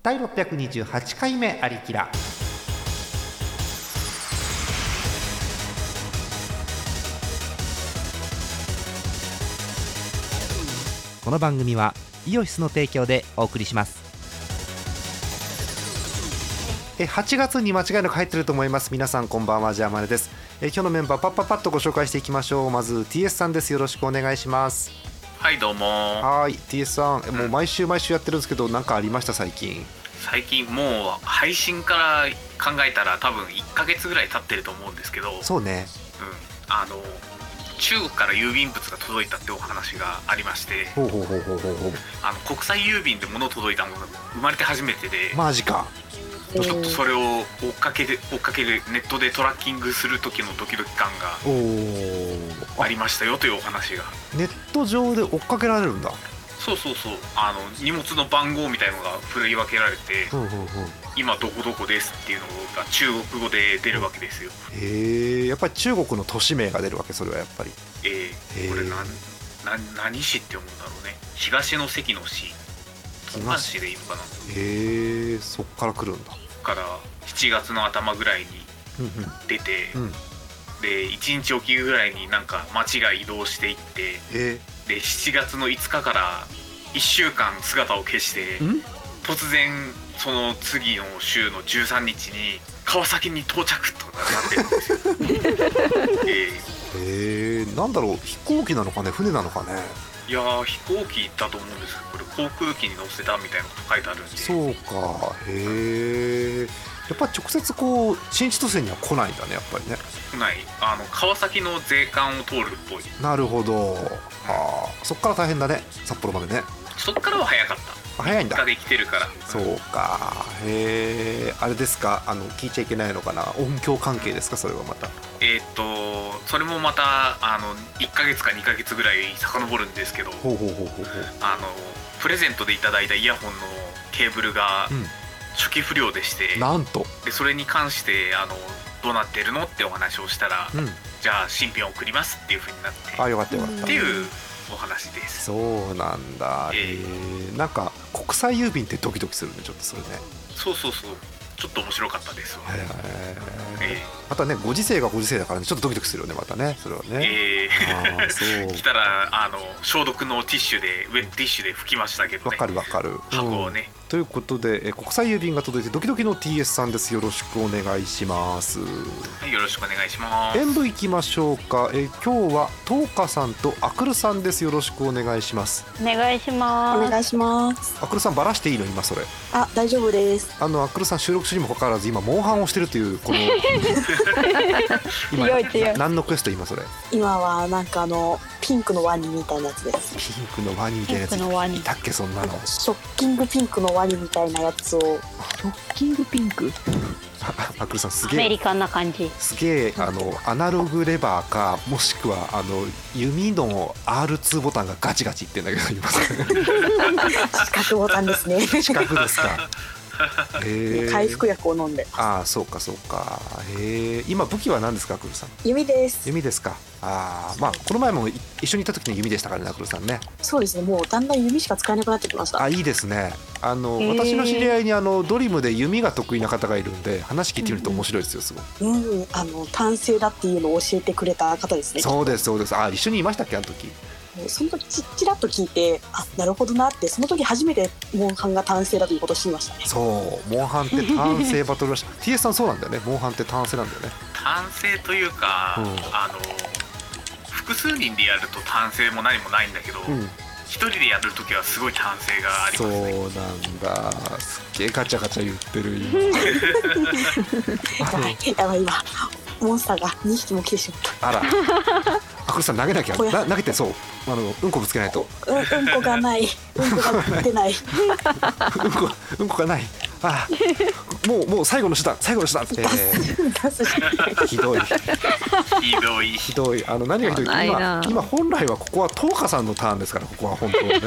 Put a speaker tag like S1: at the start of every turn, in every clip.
S1: 第628回目ありきらこの番組はイオシスの提供でお送りしますえ8月に間違いなく入ってると思います皆さんこんばんはジャーマネですえ今日のメンバーパッパッパッとご紹介していきましょうまず TS さんですよろしくお願いします
S2: はいどうも
S1: はーい TS さんえもう毎週毎週やってるんですけど何かありました最近
S2: 最近もう配信から考えたら多分1ヶ月ぐらい経ってると思うんですけど、うん、
S1: そうね
S2: あの中国から郵便物が届いたってお話がありまして
S1: ほうほうほうほうほうほう
S2: あの国際郵便で物届いたのが生まれて初めてで、
S1: マジか
S2: ちょっとそれを追っかけで追っかけるネットでトラッキングする時のドキドキ感
S1: おー
S2: がありましたよというお話が
S1: ネット上で追っかけられるんだ
S2: そうそうそうあの荷物の番号みたいのが振り分けられて
S1: ほうほうほう
S2: 今どこどこですっていうのが中国語で出るわけですよ
S1: へえやっぱり中国の都市名が出るわけそれはやっぱり
S2: え
S1: へー
S2: ー、これなんな何市って思うんだろうね東の関の市東南市でいいのかな
S1: へえそっから来るんだ
S2: から7月の頭ぐらいに
S1: うん
S2: 出て、
S1: うんうん
S2: で1日おきぐらいになんか町が移動していって
S1: え
S2: で7月の5日から1週間姿を消して
S1: ん
S2: 突然その次の週の13日に川崎に到着とかなってるんですよ、 え
S1: へえなんだろう飛行機なのかね船なのかね
S2: ーいやー飛行機だと思うんですけどこれ航空機に乗せたみたいなこと書いてあるんで
S1: そうかへえやっぱ直接こう新千歳には来ないんだねやっぱりね
S2: ないあの川崎の税関を通るっぽい
S1: なるほどあーそっから大変だね札幌までね
S2: そっからは早かっ
S1: あ早いん
S2: たが
S1: だ
S2: できてるから
S1: そうかへえあれですかあの聞いちゃいけないのかな音響関係ですかそれはまた
S2: えーっとそれもまたあの1ヶ月か2ヶ月ぐらい遡るんですけど
S1: ほうほうほうほうほう
S2: あのプレゼントでいただいたイヤホンのケーブルが
S1: う
S2: 初期不良でして、
S1: んなんと
S2: でそれに関してあのどうなってるのってお話をしたら、
S1: うん
S2: じゃあ新品を送りますっていうふうになって
S1: あよかったよかった
S2: っていうお話です
S1: そうなんだ
S2: ええ
S1: へえなんか国際郵便ってドキドキするねちょっとそれね
S2: そうそうそうちょっと面白かったですわ、
S1: へえ
S2: え
S1: またねご時世がご時世だからねちょっとドキドキするよねまたねそれは
S2: ー
S1: ね
S2: えー
S1: ああそう
S2: 来たらあの消毒のティッシュでウェットティッシュで拭きましたけど
S1: わ
S2: ね
S1: かるわかる、
S2: 箱をね
S1: うんということでえ国際郵便が届いてドキドキの TS さんですよろしくお願いします
S2: はいよろしくお願いします
S1: 演舞いきましょうかえ今日は東花さんとアクルさんですよろしくお願いします
S3: お願いし
S4: お
S3: ます。
S4: 願いします。
S1: アクルさんバラしていいの今それ
S4: あ、大丈夫です。
S1: あのアクルさん収録中にもかかわらず今モンハンをしてるというこ の今
S3: 強い強い
S1: 何のクエスト今それ
S4: 今はなんかあのピンクのワニみたいなやつです。
S1: ピンクのワニみたいなやつ
S3: ピンクのワニ
S1: いたっけそんなの
S4: ショッキングピンクのワニみたいなや つを
S5: キングピンク
S1: アクルさんす
S3: ア
S1: げ
S3: メ
S1: え
S3: リカンな感じ。
S1: すげえあのアナログレバーかもしくはあの弓の R2 ボタンがガチガチいってんだけど今そ れ
S4: 四角ボタンですね。
S1: 四角です かへえ
S4: 回復薬を飲んで。
S1: ああそうかそうかへえ今武器は何ですかアクルさん
S4: 弓です。
S1: 弓ですかああまあこの前もい一緒にいた時に弓でしたからねアクルさんね
S4: そうですね。もうだんだん弓しか使えなくなってきました。
S1: あいいですねあの、
S3: へー
S1: 私の知り合いにあのドリムで弓が得意な方がいるんで話聞いてみると面白いですよすごい、
S4: うん、あの単性だっていうのを教えてくれた方ですね。
S1: そうですそうですあ一緒にいましたっけあの時
S4: その時ちちらっと聞いて、あ、なるほどなって、その時初めてモンハンが単性だということを知りましたね。
S1: そうモンハンって単性バトルらしい TS さんそうなんだよねモンハンって単性なんだよね
S2: 単性というか、
S1: うん
S2: あの複数人でやると単性も何もないんだけど
S1: う
S2: 一、人でやるときはすごい単性がありますね
S1: そうなんだすっげえガチャガチャ言ってる今あの
S4: やばい、今、モンスターが2匹も来てしまった。
S1: あらアクルさん投げなきゃな投げてそうあのうんこぶつけないと
S4: うん、うんこがない。うんこが 出ない。
S1: うんこうんこがないああもうもう最後の手段最後の手段って、え
S4: 出すしかない。
S1: ーひどい
S2: ひどい
S1: ひどいあの何がひどいって
S5: ない
S1: 今
S5: な
S1: 今本来はここは東花さんのターンですからここは本当はね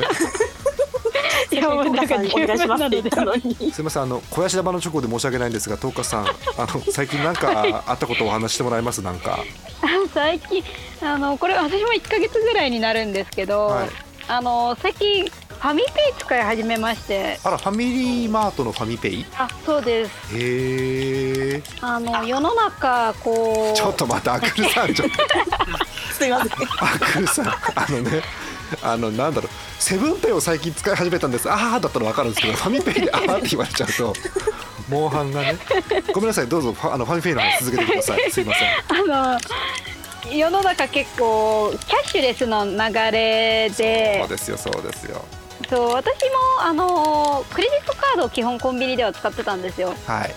S3: いやもうなんか
S4: お願いしますって言ったのに。
S1: すいませんあの小屋玉のチョコで申し訳ないんですが東花さんあの最近なんかあったことをお話ししてもらえますなんか
S3: 最近あのこれ私も1ヶ月ぐらいになるんですけど、
S1: はい
S3: あの最近ファミペイ使い始めまして
S1: あらファミリーマートのファミペイ
S3: あそうです
S1: へえ
S3: あの世の中こう
S1: ちょっと待ってアクルさんちょっと
S4: すいません。
S1: アクルさんあのねあのなんだろうセブンペイを最近使い始めたんですああだったの分かるんです けどファミペイでああって言われちゃうとモンハンがねごめんなさいどうぞファあのファミペイの話続けてくださいすいません
S3: あの世の中結構キャッシュレスの流れで
S1: そうですよそうですよ
S3: そう私もあのクレジットカードを基本コンビニでは使ってたんですよ
S1: はい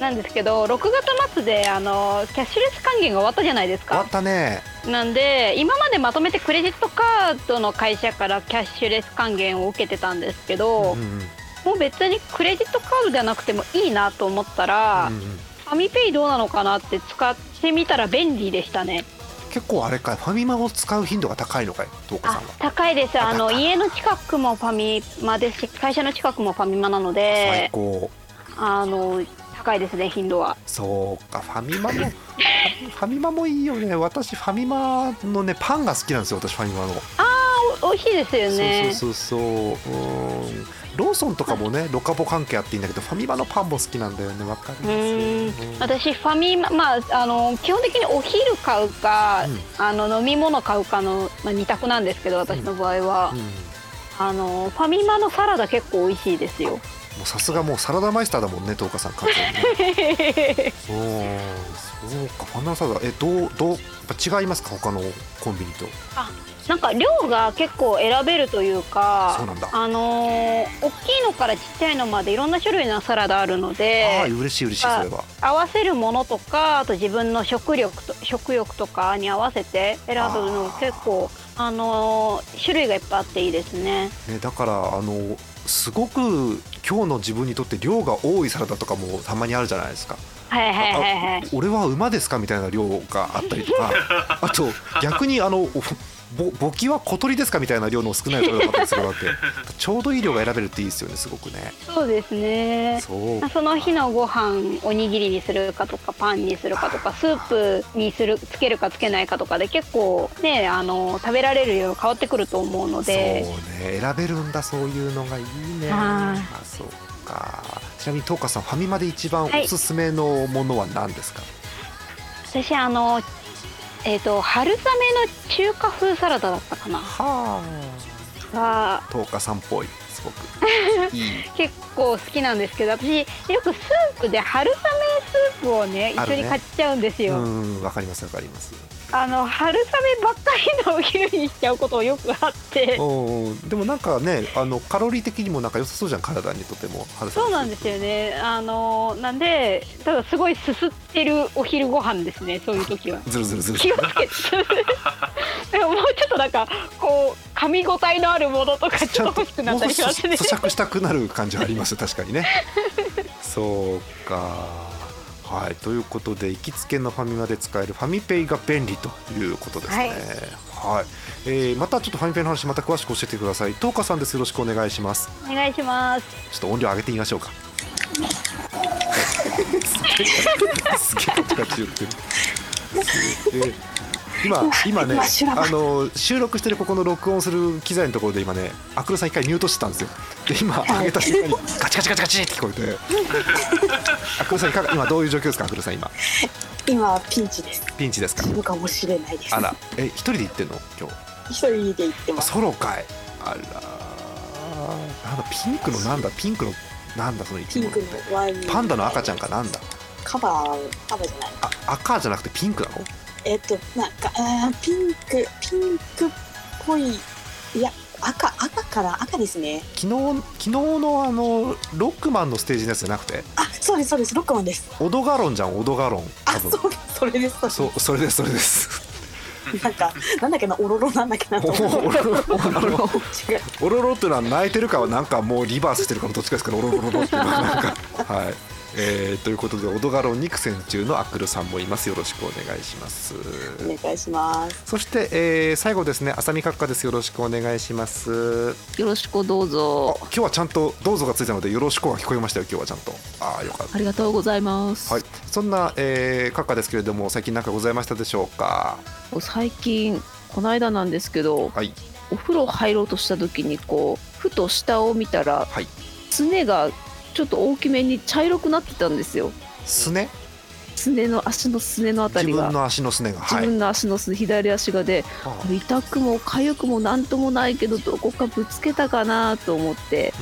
S3: なんですけど6月末であのキャッシュレス還元が終わったじゃないです
S1: 終わ
S3: か
S1: ったね
S3: なんで今までまとめてクレジットカードの会社からキャッシュレス還元を受けてたんですけど、
S1: うんうん
S3: もう別にクレジットカードじゃなくてもいいなと思ったら、
S1: うんうん
S3: ファミペイどうなのかなって使ってみたら便利でしたね
S1: 結構あれかいファミマを使う頻度が高いのかい東子さ
S3: あ
S1: んは
S3: 高いですあの
S1: 高い
S3: 家の近くもファミマですし会社の近くもファミマなの
S1: 最
S3: で
S1: 高
S3: あの高いですね頻度は
S1: そうかファミマ もファミマもいいよね私ファミマのねパンが好きなんですよ私ファミマの、
S3: お美味しいですよね
S1: そうそうそうそううーんローソンとかもねロカボ関係あっていいんだけどファミマのパンも好きなんだよねわかるん
S3: う
S1: ですよ、
S3: ーん私ファミマまああの基本的にお昼買うか、
S1: うん
S3: あの飲み物買うかの、まあ、2択なんですけど私の場合は、
S1: うん
S3: あのファミマのサラダ結構美味しいですよ
S1: もうさすがもうサラダマイスターだもんね東子さん完全にねおーそうかファミマサラダえどうどうやっぱ違いますか他のコンビニと
S3: なんか量が結構選べるというか
S1: そうなんだ
S3: あのー大きいのからちっちゃいのまでいろんな種類のサラダあるの
S1: ああ
S3: で
S1: 嬉しい嬉しいそれは
S3: 合わせるものとかあと自分の食力と食欲とかに合わせて選ぶの結構あのー種類がいっぱいあっていいですね。
S1: ね、だからあのすごく今日の自分にとって量が多いサラダとかもたまにあるじゃないですか
S3: はいはいはいはい。
S1: 俺は馬ですかみたいな量があったりとか あと逆にあのおぼ簿記は小鳥ですかみたいな量の少ないサラダだったりするわけちょうどいい量が選べるっていいですよねすごくね
S3: そうですね。
S1: そう
S3: その日のご飯おにぎりにするかとかパンにするかとかスープにするつけるかつけないかとかで結構ねあの食べられる量変わってくると思うの
S1: そう
S3: で
S1: ね選べるんだそういうのがいいね
S3: は
S1: あ
S3: い
S1: そうかちなみに東花さんファミマで一番お
S3: はい
S1: すすめのものは何ですか、
S3: 私あのえっ、と春雨の中華風サラダだったかな
S1: は
S3: が
S1: あ東花さんっぽいすご くいい
S3: 結構好きなんですけど私よくスープで春雨スープをね
S1: あ
S3: 一
S1: る
S3: 緒
S1: ね
S3: に買っちゃうんですよあ、
S1: うん、わかりますわかります。
S3: の春雨ばっかりのお昼にしちゃうことよくあって
S1: おでもなんかね、あのカロリー的にもなんか良さそうじゃん、体にとても。春雨
S3: そうなんですよ。ね。あのなんで、ただすごいすすってるお昼ご飯ですね。そういう時 は。
S1: ずるずるずる。
S3: 気をつけて。もうちょっとなんかこう噛み応えのあるものとかちょっと欲しくなったりし
S1: もう
S3: ます
S1: 咀
S3: ね。
S1: 咀嚼したくなる感じはあります確かに ね。そうか。はい、ということで行きつけのファミマで使えるファミペイが便利ということですね。はい、えーまたちょっとファミペイの話また詳しく教えてください。東花さんですよろしくお願いします。
S3: お願いします。
S1: ちょっと音量上げてみましょうか。すげえ、すげえ、こっちが強くてる。すげえ今、今ね、
S4: 今修羅場
S1: あの収録してるここの録音する機材のところで今ね、アクロさん一回ミュートしてたんですよ。で、今上げた瞬間にガチガチガチガチって聞こえて。アクロさんいかが、今どういう状況ですか、アクロさん今、
S4: 今ピンチです。
S1: ピンチですか。
S4: のかもしれないです。
S1: あら、え、一人で行ってんの、今日。
S4: 一人で行ってま
S1: あ
S4: す。
S1: ソロかい。あらー、なんだ、ピンクのなんだ、ピンクの、なんだ、その生き
S4: ピン
S1: 物っ
S4: ク
S1: て。
S4: のワイン。
S1: パンダの赤ちゃんかなんだ。
S4: カバーカバーじゃない。
S1: あ赤じゃなくてピンクなの
S4: えっとなんかあーピンクピンクっぽいいや赤赤から赤ですね。
S1: 昨日昨日のあのロックマンのステージのやつじゃなくて
S4: あそうですそうですロックマンです。
S1: オドガロンじゃんオドガロン
S4: あ
S1: 多
S4: そ
S1: 分
S4: うそれですそれです
S1: そうそれですそれです
S4: なんかなんだっけなオロロなんだっけなと思って
S1: おろろ
S4: 違う
S1: オロロっていうのは泣いてるかはなんかもうリバースしてるかのどっちかですからオロロロロっていうのはなんかはい、えー、ということでオドガロンに苦戦中のアクルさんもいますよろしくお願いします
S4: お願いします。
S1: そして、えー最後ですね浅見閣下ですよろしくお願いします
S5: よろしくどう
S1: あ
S5: ぞ。
S1: 今日はちゃんと「どうぞ」がついたので「よろしく」が聞こえましたよ今日はちゃんとああよかった
S5: ありがとうございます。
S1: はい、そんな、えー、閣下ですけれども最近何かございましたでしょうか
S5: 最近この間なんですけど、
S1: はい
S5: お風呂入ろうとした時にこうふと下を見たら
S1: はい
S5: すねがちょっと大きめに茶色くなってたんですよ
S1: すね
S5: すねの足のすねのあた
S1: 自
S5: りが
S1: 分の足のすねが
S5: 自
S1: はい
S5: 分の足のすね左足がで
S1: ああ
S5: 痛くも痒くもなんともないけどどこかぶつけたかなと思って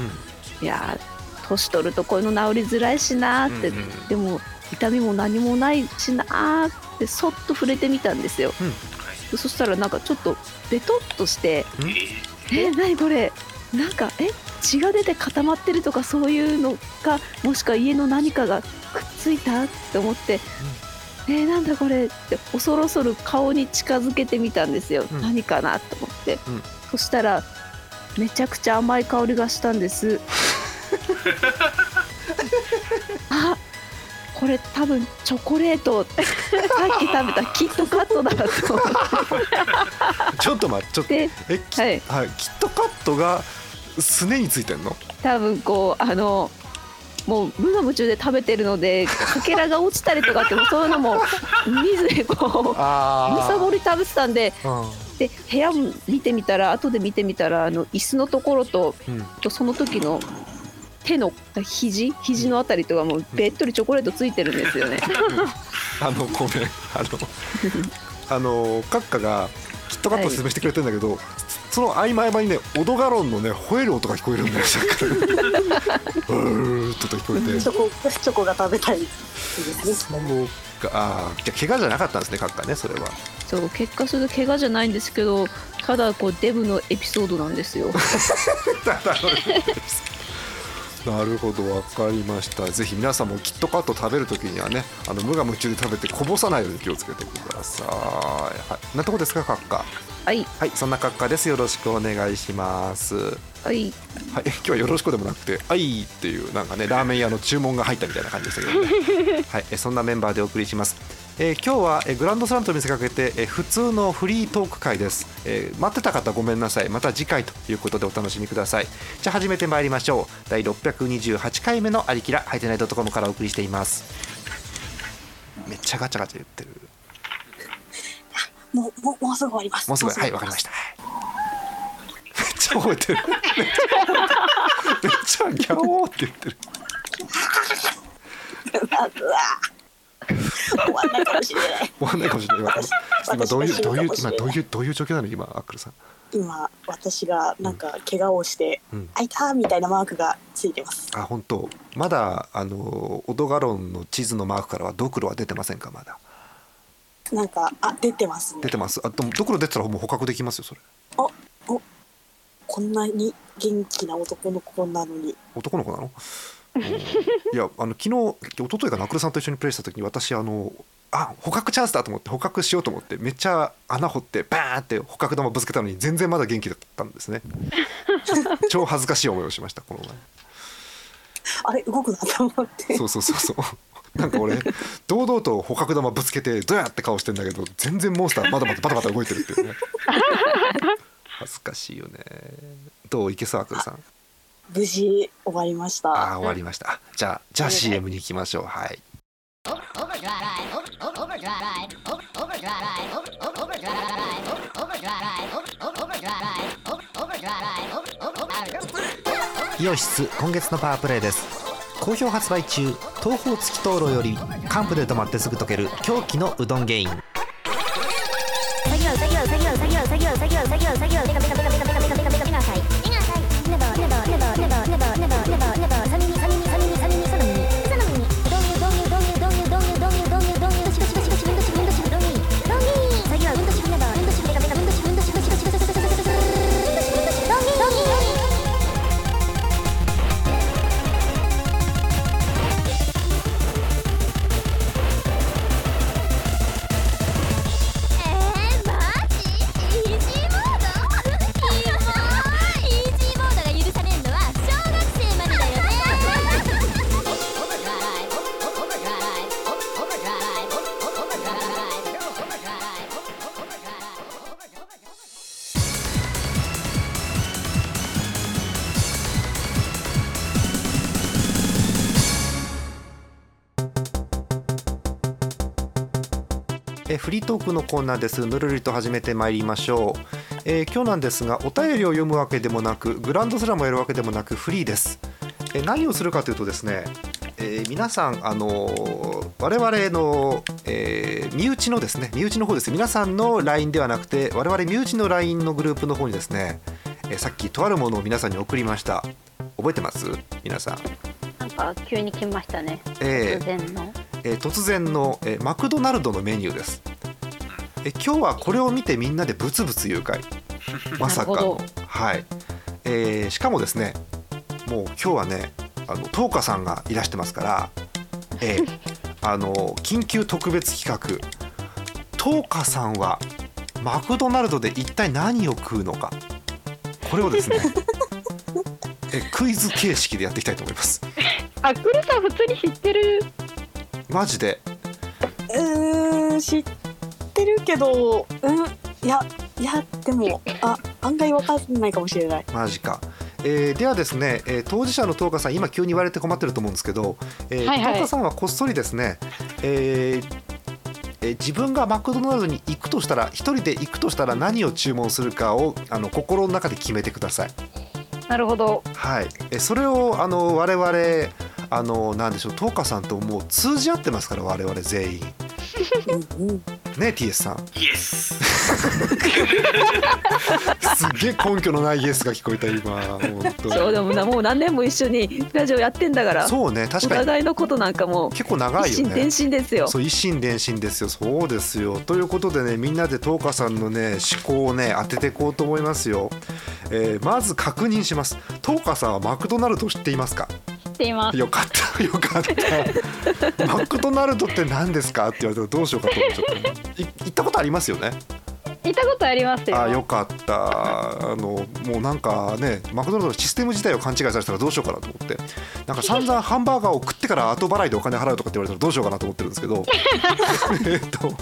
S1: うん
S5: いやー年取るとこういうの治りづらいしなーって、
S1: うんうん
S5: でも痛みも何もないしなーってそっと触れてみたんですよ、
S1: うん
S5: でそしたらなんかちょっとベトっとして
S1: うん
S2: え
S5: 「え何これなんかえ血が出て固まってるとかそういうのかもしくは家の何かがくっついた?」って思って「えなんだこれ?」って恐る恐る顔に近づけてみたんですよ、
S1: うん
S5: 何かなと思って、
S1: うん
S5: そしたらめちゃくちゃ甘い香りがしたんです あこれ多分チョコレートさっき食べたキットカットだと思っ
S1: ちょっと待ってちょっと
S5: て
S1: えき
S5: はい
S1: はいキットカットがすねについてんの
S5: 多分こうあのもう無我夢中で食べてるのでかけらが落ちたりとかってもそういうのも見ずにこう
S1: あ
S5: む
S1: あ
S5: さぼり食べてたんで
S1: う
S5: で部屋も見てみたら後で見てみたらあの椅子のところと
S1: んうん
S5: とその時の手の肘肘のあたりとかもうべっとりチョコレートついてるんですよね。
S1: あのごめんあの あの閣下がキットカットを説明してくれてるんだけど、その合間合間にねオドガロンのね吠える音が聞こえるんだよさっきからうーっとと聞こえ
S4: チ
S1: て
S4: ョコチョコが食べたいですね。
S1: もうああ怪我じゃなかったんですね閣下ねそれは
S5: そう結果すると怪我じゃないんですけどただこうデブのエピソードなんですよ。
S1: なるほどわかりましたぜひ皆さんもキットカット食べるときにはねあの無我夢中で食べてこぼさないように気をつけてください、はい、なとこですか閣下
S5: はい
S1: はいそんな閣下ですよろしくお願いします
S5: はい
S1: はい、 今日はよろしくでもなくて「あい」っていうなんかねラーメン屋の注文が入ったみたいな感じでしたけど ね、はい、えそんなメンバーでお送りします、えー今日はえグランドスラムと見せかけてえ普通のフリートーク会です、えー待ってた方ごめんなさいまた次回ということでお楽しみくださいじゃあ始めてまいりましょう第628回目の「ありきら」ハイテナイドットコムからお送りしていますめっちゃガチャガチャ言ってる
S4: もうもうもうすぐ終わります。。
S1: もうすぐはいわかりましたたはいめっちゃ覚えて るめっちゃ覚えてるめっちゃギャオーって言ってる
S4: うわうわ終わんないかもしれない。
S1: わかんないかもしれない。今今どういうどういう今どういうどういう状況なの今アックルさん。
S4: 今私がなんか怪我をして
S1: うん
S4: 「あいた!」みたいなマークがついてます。
S1: あ本当まだあのオドガロンの地図のマークからはドクロは出てませんかまだ
S4: なんかあ出てますね
S1: 出。てますあでもドクロ出てたらもう捕獲できますよそれ
S4: おおこんなに元気な男の子なのに
S1: 男の子な のうんいやあの昨日一昨日かナックルさんと一緒にプレイした時に私あのあ捕獲チャンスだと思って捕獲しようと思ってめっちゃ穴掘ってバーンって捕獲玉ぶつけたのに全然まだ元気だったんです ね超恥ずかしい思いをしましたこの前
S4: あれ動くなと思って
S1: そうそうそうそう。なんか俺堂々と捕獲玉ぶつけてどやって顔してんだけど全然モンスターまだまだバタバタ動いてるっていうね。恥ずかしいよね。どう池澤君さん。
S4: 無事終わりまし
S1: ああ
S4: た
S1: 終わりました。あじゃあじゃあ CM に行きましょう。はい。イオシス今月のパワープレイです好評発売中東方月灯籠より寒風で止まってすぐ溶ける狂気のうどんゲイン
S6: えー、マジイージーモードキモいイージーモードが許されるのは小学生までだよね
S1: えーフリートークのコーナーです。ぬるりと始めてまいりましょう。えー今日なんですがお便りを読むわけでもなくグランドスラムをやるわけでもなくフリーです、えー何をするかというとですね、えー皆さんあのー我々の、えー身内のですね身内の方です皆さんの LINE ではなくて我々身内の LINE のグループの方にですね、えーさっきとあるものを皆さんに送りました覚えてます皆さん、
S3: なんか急に来ましたね。
S1: えー
S3: 突然の。
S1: えー突然の、えーマクドナルドのメニューです。えー今日はこれを見てみんなでブツブツ誘 拐まさか
S3: なる
S1: の
S3: ほ
S1: はい、えーしかもですねもう今日はねあのトーカさんがいらしてますから、えー あの緊急特別企画トーカさんはマクドナルドで一体何を食うのかこれを ですねえークイズ形式でやっていきたいと思います
S3: あ、クルさん普通に知ってる。
S1: マジで
S4: うーん知ってるけどうんいやいやでもあ案外わかんないかもしれない
S1: マジか。えーではですね、えー当事者の東花さん今急に言われて困ってると思うんですけど、えー
S3: はいはい
S1: 東花さんはこっそりですね、えーえー自分がマクドナルドに行くとしたら一人で行くとしたら何を注文するかをあの心の中で決めてください。
S3: なるほど。
S1: はい。えーそれをあの我々あのなんでしょう東花さんともう通じ合ってますから我々 全員
S4: うんうん
S1: ね T S さん。
S2: イエス
S1: すっげえ根拠のないイエスが聞こえた今本当に
S5: そうでもなもう何年も一緒にラジオやってんだから
S1: そうね
S5: お
S1: 確かに
S5: 互いのことなんかもう
S1: 結構長
S5: 一
S1: いよね
S5: 心伝。心ですよ
S1: そう一心伝心ですよそうですよということでねみんなで東花さんのね思考をね当てていこうと思いますよ、えーまず確認します東花さんはマクドナルドを知っていますか
S3: 知っています。
S1: よかった よかったマクドナルドって何ですかって言われたらどうしようかと思っちゃったい行ったことありますよね
S3: 行ったことありますよ。
S1: あよかったあのもうなんかねマクドナルドのシステム自体を勘違いされたらどうしようかなと思ってなんか散々ハンバーガーを食ってから後払いでお金払うとかって言われたらどうしようかなと思ってるんですけ どえっと、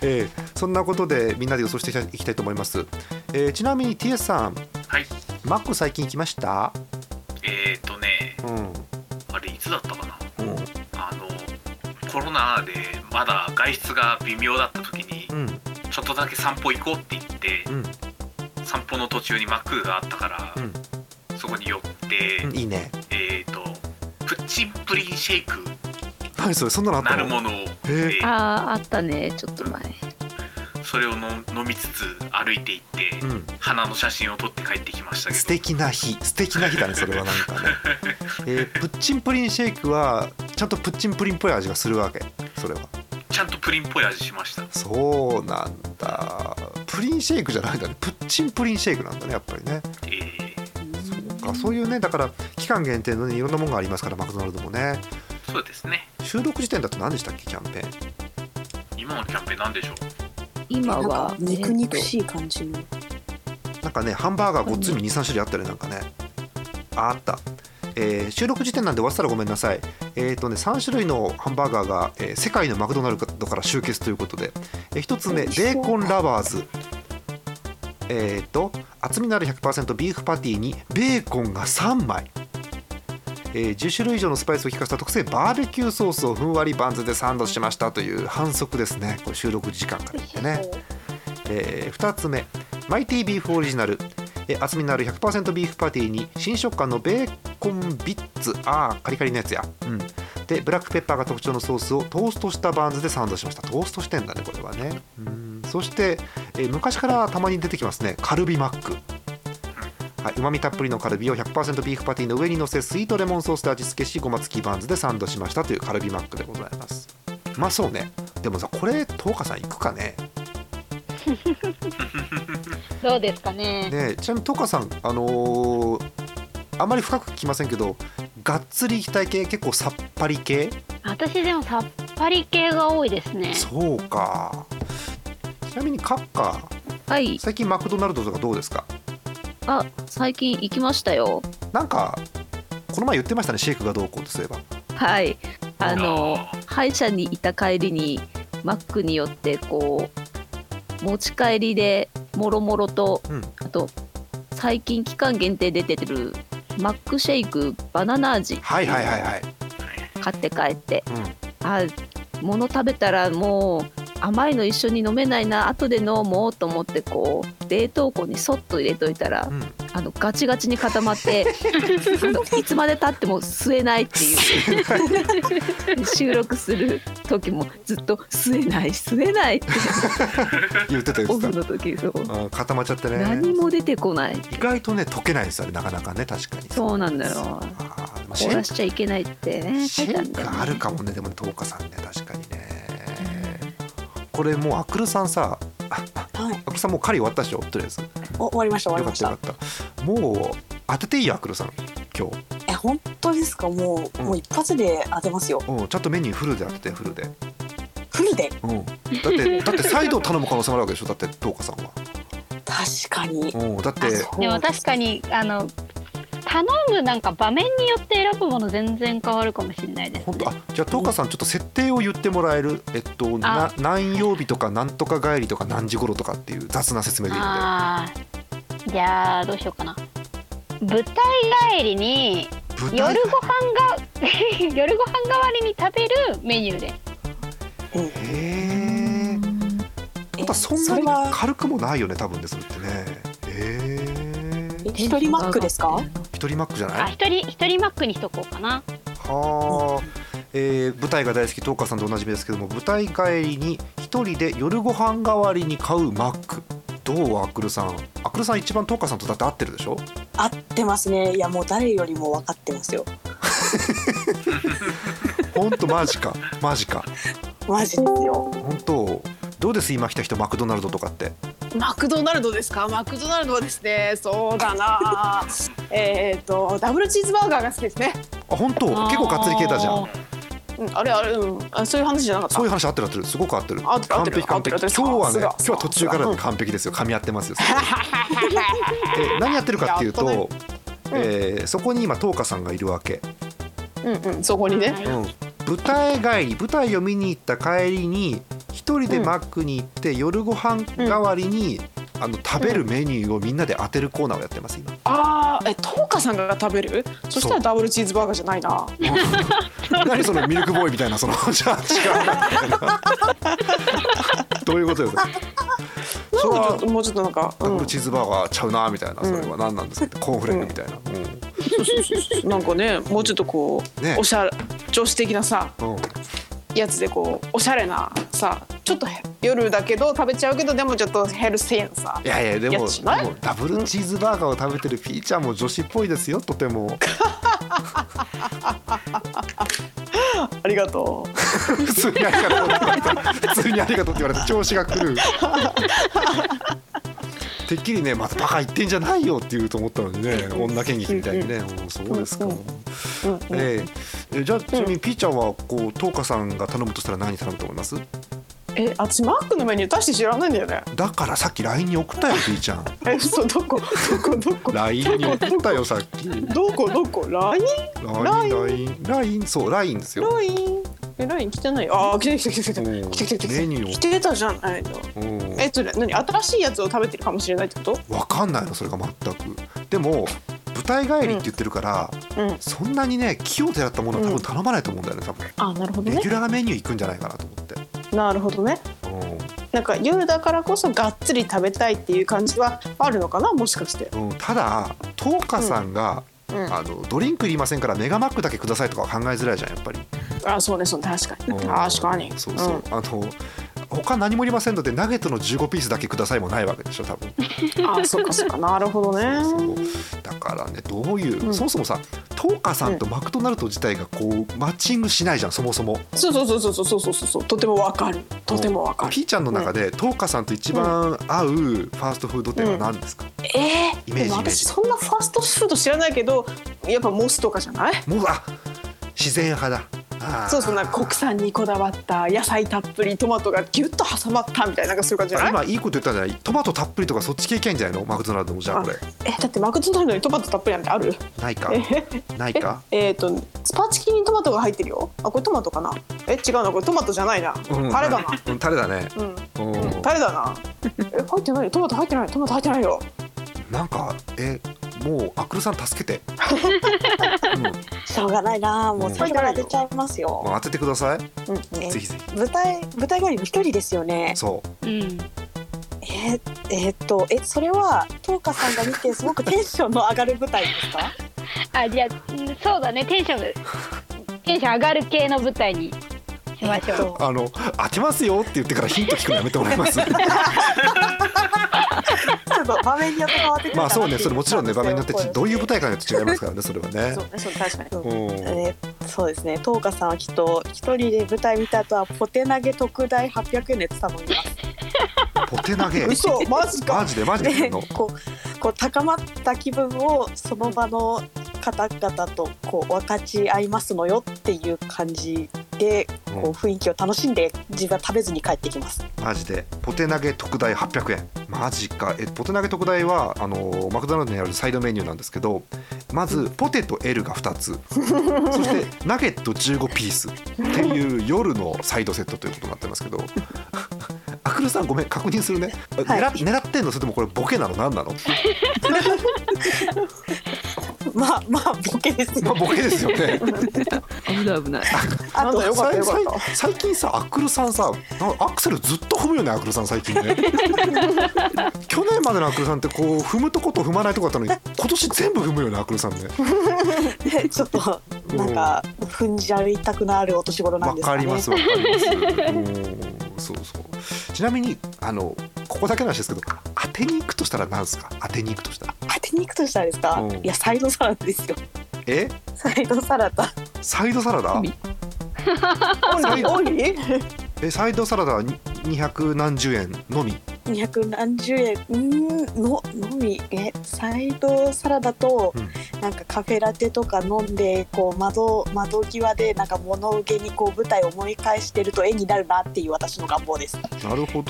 S1: えーそんなことでみんなで予想していきたいと思います、えーちなみに TS さん
S2: はい
S1: マック最近行きました
S2: えっ、ー、とね
S1: うん、うん、
S2: あれいつだったかなあのコロナでまだ外出が微妙だった時に
S1: うん
S2: ちょっとだけ散歩行こうって言って
S1: うん
S2: 散歩の途中にマックがあったから、
S1: うん
S2: そこに寄って、
S1: うんいいね
S2: えっ、ー、とプッチンプリンシェイク
S1: 何それそんなのあっ
S2: な
S1: た
S2: る
S1: の
S2: ものを、
S1: えー
S2: えー
S5: あーあったねちょっと前
S2: それをの飲みつつ歩いて行って、
S1: うん
S2: 花の写真を撮って帰ってきましたけど
S1: 素敵な日素敵な日だねそれはなんかね、えープッチンプリンシェイクはちゃんとプッチンプリンっぽい味がするわけそれは
S2: ちゃんとプリンっぽい味しました
S1: そうなんだプリンシェイクじゃないんだねプッチンプリンシェイクなんだねやっぱりね
S2: えー
S1: そうかそういうねだから期間限定のねいろんなものがありますからマクドナルドもね
S2: そうですね
S1: 収録時点だと何でしたっけキャンペーン
S2: 今のキャンペーンなんでしょう
S5: 今
S4: なん
S5: は
S4: か肉肉
S5: い
S4: しい感じの
S1: なんかねハンバーガーごっつみ23種類あったねなんかねああったえー収録時点なんで終わってたらごめんなさい、えーとね、3種類のハンバーガーが、えー世界のマクドナルドから集結ということで、え1つ目ベ
S4: 美味しそう
S1: ーコンラバーズ、えー、と厚みのある100%ビーフパティにベーコンが3枚、えー10種類以上のスパイスを効かせた特製バーベキューソースをふんわりバンズでサンドしましたという反則ですねこれ収録時間から言ってね。え2つ目マイティビーフオリジナル、えー厚みのある100%ビーフパティに新食感のベーコンビッツあーカリカリのやつや、うん、でブラックペッパーが特徴のソースをトーストしたバンズでサンドしましたトーストしてんだねこれはねうんそして、えー昔からたまに出てきますねカルビマックうまみたっぷりのカルビを100%ビーフパティの上に乗せスイートレモンソースで味付けしごま付きバンズでサンドしましたというカルビマックでございますうまそうねでもさこれ東花さん行くかね
S3: どうですかね。
S1: ねえちなみにトカさんあのーあまり深く聞きませんけどがっつり液体系結構さっぱり系
S3: 私でもさっぱり系が多いですね。
S1: そうかちなみにカッカ
S5: はい
S1: 最近マクドナルドとかどうですか
S5: あ最近行きましたよ
S1: なんかこの前言ってましたねシェイクがどうこうとすれば
S5: はいあの
S2: あ
S5: 歯医者にいた帰りにマックによってこう持ち帰りでもろもろと、
S1: うん
S5: あと最近期間限定で出てるマックシェイクバナナ味
S1: はいはいはいはい
S5: 買って帰って
S1: うん
S5: あ物食べたらもう甘いの一緒に飲めないな後で飲もうと思ってこう冷凍庫にそっと入れといたら
S1: うん
S5: あのガチガチに固まって あのいつまでたっても吸えないっていう収録する時もずっと吸えない吸えないって
S1: 言ってた言
S5: オ
S1: って
S5: フ
S1: た
S5: の時そう
S1: あー固まっちゃってね
S5: 何も出てこない
S1: 意外とね溶けないんですよねなかなかね確かに
S5: そうなんだよ
S1: あーまあシ
S5: 凍
S1: ェ
S5: ら
S1: ン
S5: しちゃいけないってね書い
S1: シ
S5: てあ
S1: ェ
S5: る
S1: ン
S5: んだよ
S1: があ
S5: ね
S1: るかもねでも十日さんね確かにねこれもうアクルさんさああ
S4: はい。
S1: アクルさんもう狩り終わったでしょとりあえずよ
S4: お終わりました終わり
S1: かっ
S4: ました
S1: よか
S4: た。
S1: ったもう当てていいよアクルさん今日
S4: え本当ですかもう、
S1: うん
S4: もう一発で当てますよ。
S1: うん、ちゃんとメニューフルで当ててフルで、
S4: フルで
S1: うん、だ ってだってサイドを頼む可能性もあるわけでしょだって十日さんは、
S4: 確かに。
S1: うん、だって
S4: あそう
S3: でも確かにあの頼むなんか場面によって選ぶもの全然変わるかもしれないです
S1: 本
S3: ね
S1: 当あじゃあ十日さんちょっと設定を言ってもらえるえっとな何曜日とか何とか帰りとか何時頃とかっていう雑な説明でいいので
S3: あーじゃあどうしようかな舞台帰りに
S1: 舞
S3: 夜
S1: 台
S3: ご飯が 夜ご飯代わりに食べるメニューで
S1: へえまたそん
S4: そ
S1: な
S4: れ
S1: に
S4: は
S1: 軽くもないよね多分ですってねへえ
S4: 一人マックですか？
S1: 一人マックじゃな
S3: あ
S1: い
S3: 一人一人マックにしとこうかな
S1: はあえー舞台が大好き十日さんとおなじみですけども舞台帰りに一人で夜ご飯代わりに買うマックどうアクルさんアクルさん一番十日さんとだって合ってるでしょ
S4: 合ってますね。いやもう誰よりも分かってますよ。
S1: ほんとマジかマジか
S4: マジですよ。
S1: ほんとどうです今来た人マクドナルドとかって
S7: マクドナルドですかマクドナルドはですねそうだなえっとダブルチーズバーガーが好きですね、
S1: あ本当
S3: あー
S1: 結構がっつり系だじゃん
S7: うん、あれあれ、うん、あそういう話じゃなかった
S1: そういう話合ってる合ってるすごく合ってる
S7: 合ってる合
S1: 完
S7: ってる
S1: 璧完璧
S7: 合って
S1: 今
S7: る
S1: 日はね
S7: さすが
S1: 今日は途中からで完璧ですよ噛み合ってますよえ何やってるかっていうと
S7: やっね
S1: えーそこに今十日さんがいるわけ
S7: うんうんそこにね
S1: うん、舞台帰り舞台を見に行った帰りに一人でマックに行って、夜ご飯代わりに、あの食べるメニューをみんなで当てるコーナーをやって ます今、
S7: あーえトーカさんが食べるそした
S1: そう
S7: らダブルチーズバーガーじゃないな
S1: 何そのミルクボーイみたいなその じゃあ違うなどういうことですかそれ
S7: なんかちょっ
S1: は
S7: ともうちょっとなんか、
S1: ダブ
S7: う
S1: ルチーズバーガーちゃうなみたいな、それは何なんですかってコーンフレークみたいな、うん
S7: ん、なんかねもうちょっとこう、
S1: ね
S7: おしゃれ女子的なさ
S1: うん
S7: やつでこうおしゃれなさちょっとへ夜だけど食べちゃうけどでもちょっとヘルシーなさ
S1: いやいやで
S7: や
S1: も
S7: っちまえ
S1: でもダブルチーズバーガーを食べてるピーちゃんも女子っぽいですよとても
S7: ありがとう
S1: 普通にありがとうって言われた普通にありがとうって言われた調子が狂 うてっきりねまたバカ言ってんじゃないよって言うと思ったのにね女剣劇みたいにね、うんそうですか、えええじゃあちなみにピーちゃんはこうトーカさんが頼むとしたら何頼むと思います
S7: え私マックのメニュー出して知らないんだよね
S1: だからさっき LINE に送ったよピーちゃ ん
S7: え嘘どこどこどこ
S1: LINE に送ったよさっき
S7: どこどこ LINE?
S1: LINELINE そう LINE ですよ、
S7: LINE? え LINE 来てないあー来て来て来て来
S1: う
S7: て
S1: ん
S7: 来て来て来て
S1: メニューを
S7: 来てたじゃないの
S1: うん
S7: えっとね何新しいやつを食べてるかもしれないってこと
S1: わかんないのそれが全くでも舞台帰りって言ってるから、
S7: うん
S1: そんなにね気を狙ったものは多分頼まないと思うんだよね多分
S7: あなるほど
S1: レ
S7: ね
S1: ギュラーメニュー行くんじゃないかなと思って、
S7: なるほどねなんか夜だからこそがっつり食べたいっていう感じはあるのかなもしかして
S1: うんうんただ十日さんが、
S7: うん
S1: あのドリンクいりませんからメガマックだけくださいとかは考えづらいじゃんやっぱり
S7: あそうねそうね確かに確かに
S1: そうそう、あの他何もいりませんのでナゲットの15ピースだけくださいもないわけでしょ多分
S7: うんあそうかそうかなるほどね
S1: そうそうだからねどういう、そもそもさ十日さんとマクドナルド自体がこうマッチングしないじゃんそ もそも
S7: そうそうそうそうそうそうそうそうとてもわかるとてもわかる
S1: ピーちゃんの中で十日さんと一番合うファーストフード店は何ですか、
S7: えー
S1: イメージ
S7: でも
S1: イメージ
S7: 私そんなファーストフード知らないけどやっぱモスとかじゃない
S1: もうあ自然派だあー
S7: そうそうなんか国産にこだわった野菜たっぷりトマトがギュッと挟まったみたいななんかそういう感じじゃない
S1: 今いいこと言ったんじゃないトマトたっぷりとかそっち系いけんじゃないのマクドナルドもじゃあこれ
S7: えだってマクドナルドにトマトたっぷりなんてある
S1: ないか
S7: え
S1: ないか
S7: えっ、とスパチキにトマトが入ってるよあこれトマトかなえ違うなこれトマトじゃないな、
S1: うん
S7: タレだな
S1: うんタレだね
S7: うん
S1: うん
S7: タレだなえ入ってないよトマト入ってないトマト入ってないよ
S1: なんかえもうアクルさん助けて、うんもう
S4: しょうがないなもう先から出ちゃいますよ、
S1: 当ててください、
S4: うんね
S1: ぜひぜ
S4: 舞台舞台帰りも一人ですよね
S1: ひそう
S3: うん。
S4: えーえーっとえそれはトウカさんが見てすごくテンションの上がる舞台です か
S3: あじゃあうんそうだねテンションテンション上がる系の舞台にしましょう。
S1: あの開けますよって言ってからヒント聞くのやめてもらえます
S4: ち ょっと場面によって変わってくるか
S1: まあ
S4: なってい
S1: そうねそれもちろんね場面によってどういう舞台かによって違いますからねそれはね
S4: そうねそう確かに、
S1: う
S4: うん
S1: ん
S4: えーそうですねトウカさんはきっと一人で舞台見た後はポテ投げ特大800円で頼みます
S1: ポテ投げ
S4: 嘘マジか
S1: マジでマジで言って
S4: で
S1: んの
S4: こうこう高まった気分をその場の方々とこう分かち合いますのよっていう感じでこう雰囲気を楽しんで自分は食べずに帰ってきます。
S1: マジでポテ投げ特大800円マジかえポテ投げ特大はあのーマクドナルドにあるサイドメニューなんですけどまずポテト L が2つ そしてナゲット15ピースっていう夜のサイドセットということになってますけどアクルさんごめん確認するね、え
S4: はい
S1: 狙狙ってんのそれともこれボケなの何 なの
S4: まあまあボケです
S1: まあ
S4: よ。
S1: ボケですよね
S5: 危ない危ない。
S4: あと
S1: なん
S4: よかった
S1: さい
S4: よかっ
S1: さい最近さアクルさんさなんかアクセルずっと踏むよねアクルさん最近ね 去年までのアクルさんってこう踏むとこと踏まないとこだったのに今年全部踏むよねアクルさんね
S4: た。でちょっとなんか踏んじゃいたくなるお年頃な
S1: わ
S4: んです
S1: か
S4: か
S1: り
S4: ね。
S1: ますわかりますうんそうそうちなみにあのここだけの話ですけど当てに行くとしたら何ですか当てに行くとしたら
S4: 当てに行くとしたらですか
S1: うん。
S4: いやサイドサラダですよ。
S1: え
S4: サイドサラダ。
S1: サイドサラダ
S5: み
S1: サイド
S4: おい。
S1: えサイドサラダはに200何十円のみ
S4: 二百何十円うーんののみえサイドサラダと、
S1: う
S4: なんかカフェラテとか飲んでこう窓窓際でなんか物受けにこう舞台を思い返してると絵になるなっていう私の願望です。
S1: なるほど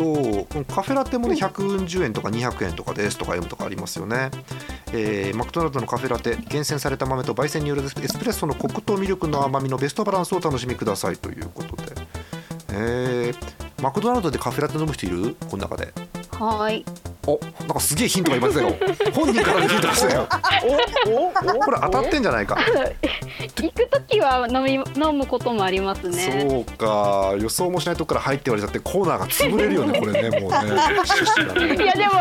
S1: カフェラテもね140円とか200円とかですとか M とかありますよね、えーマクドナルドのカフェラテ厳選された豆と焙煎によるエスプレッソのコクとミルクの甘みのベストバランスをお楽しみくださいということで、えーマクドナルドでカフェラテ飲む人いるこの中で
S3: はーい。
S1: おなんかすげえヒントがいましたよ本人からのヒントがしたよ
S4: おおお
S1: これ当たってんじゃないか、
S3: 行くときは飲み飲むこともありますね。
S1: そうか予想もしないとこから入って言われちゃってコーナーが潰れるよねこれねもうね趣旨が ね
S3: いやでも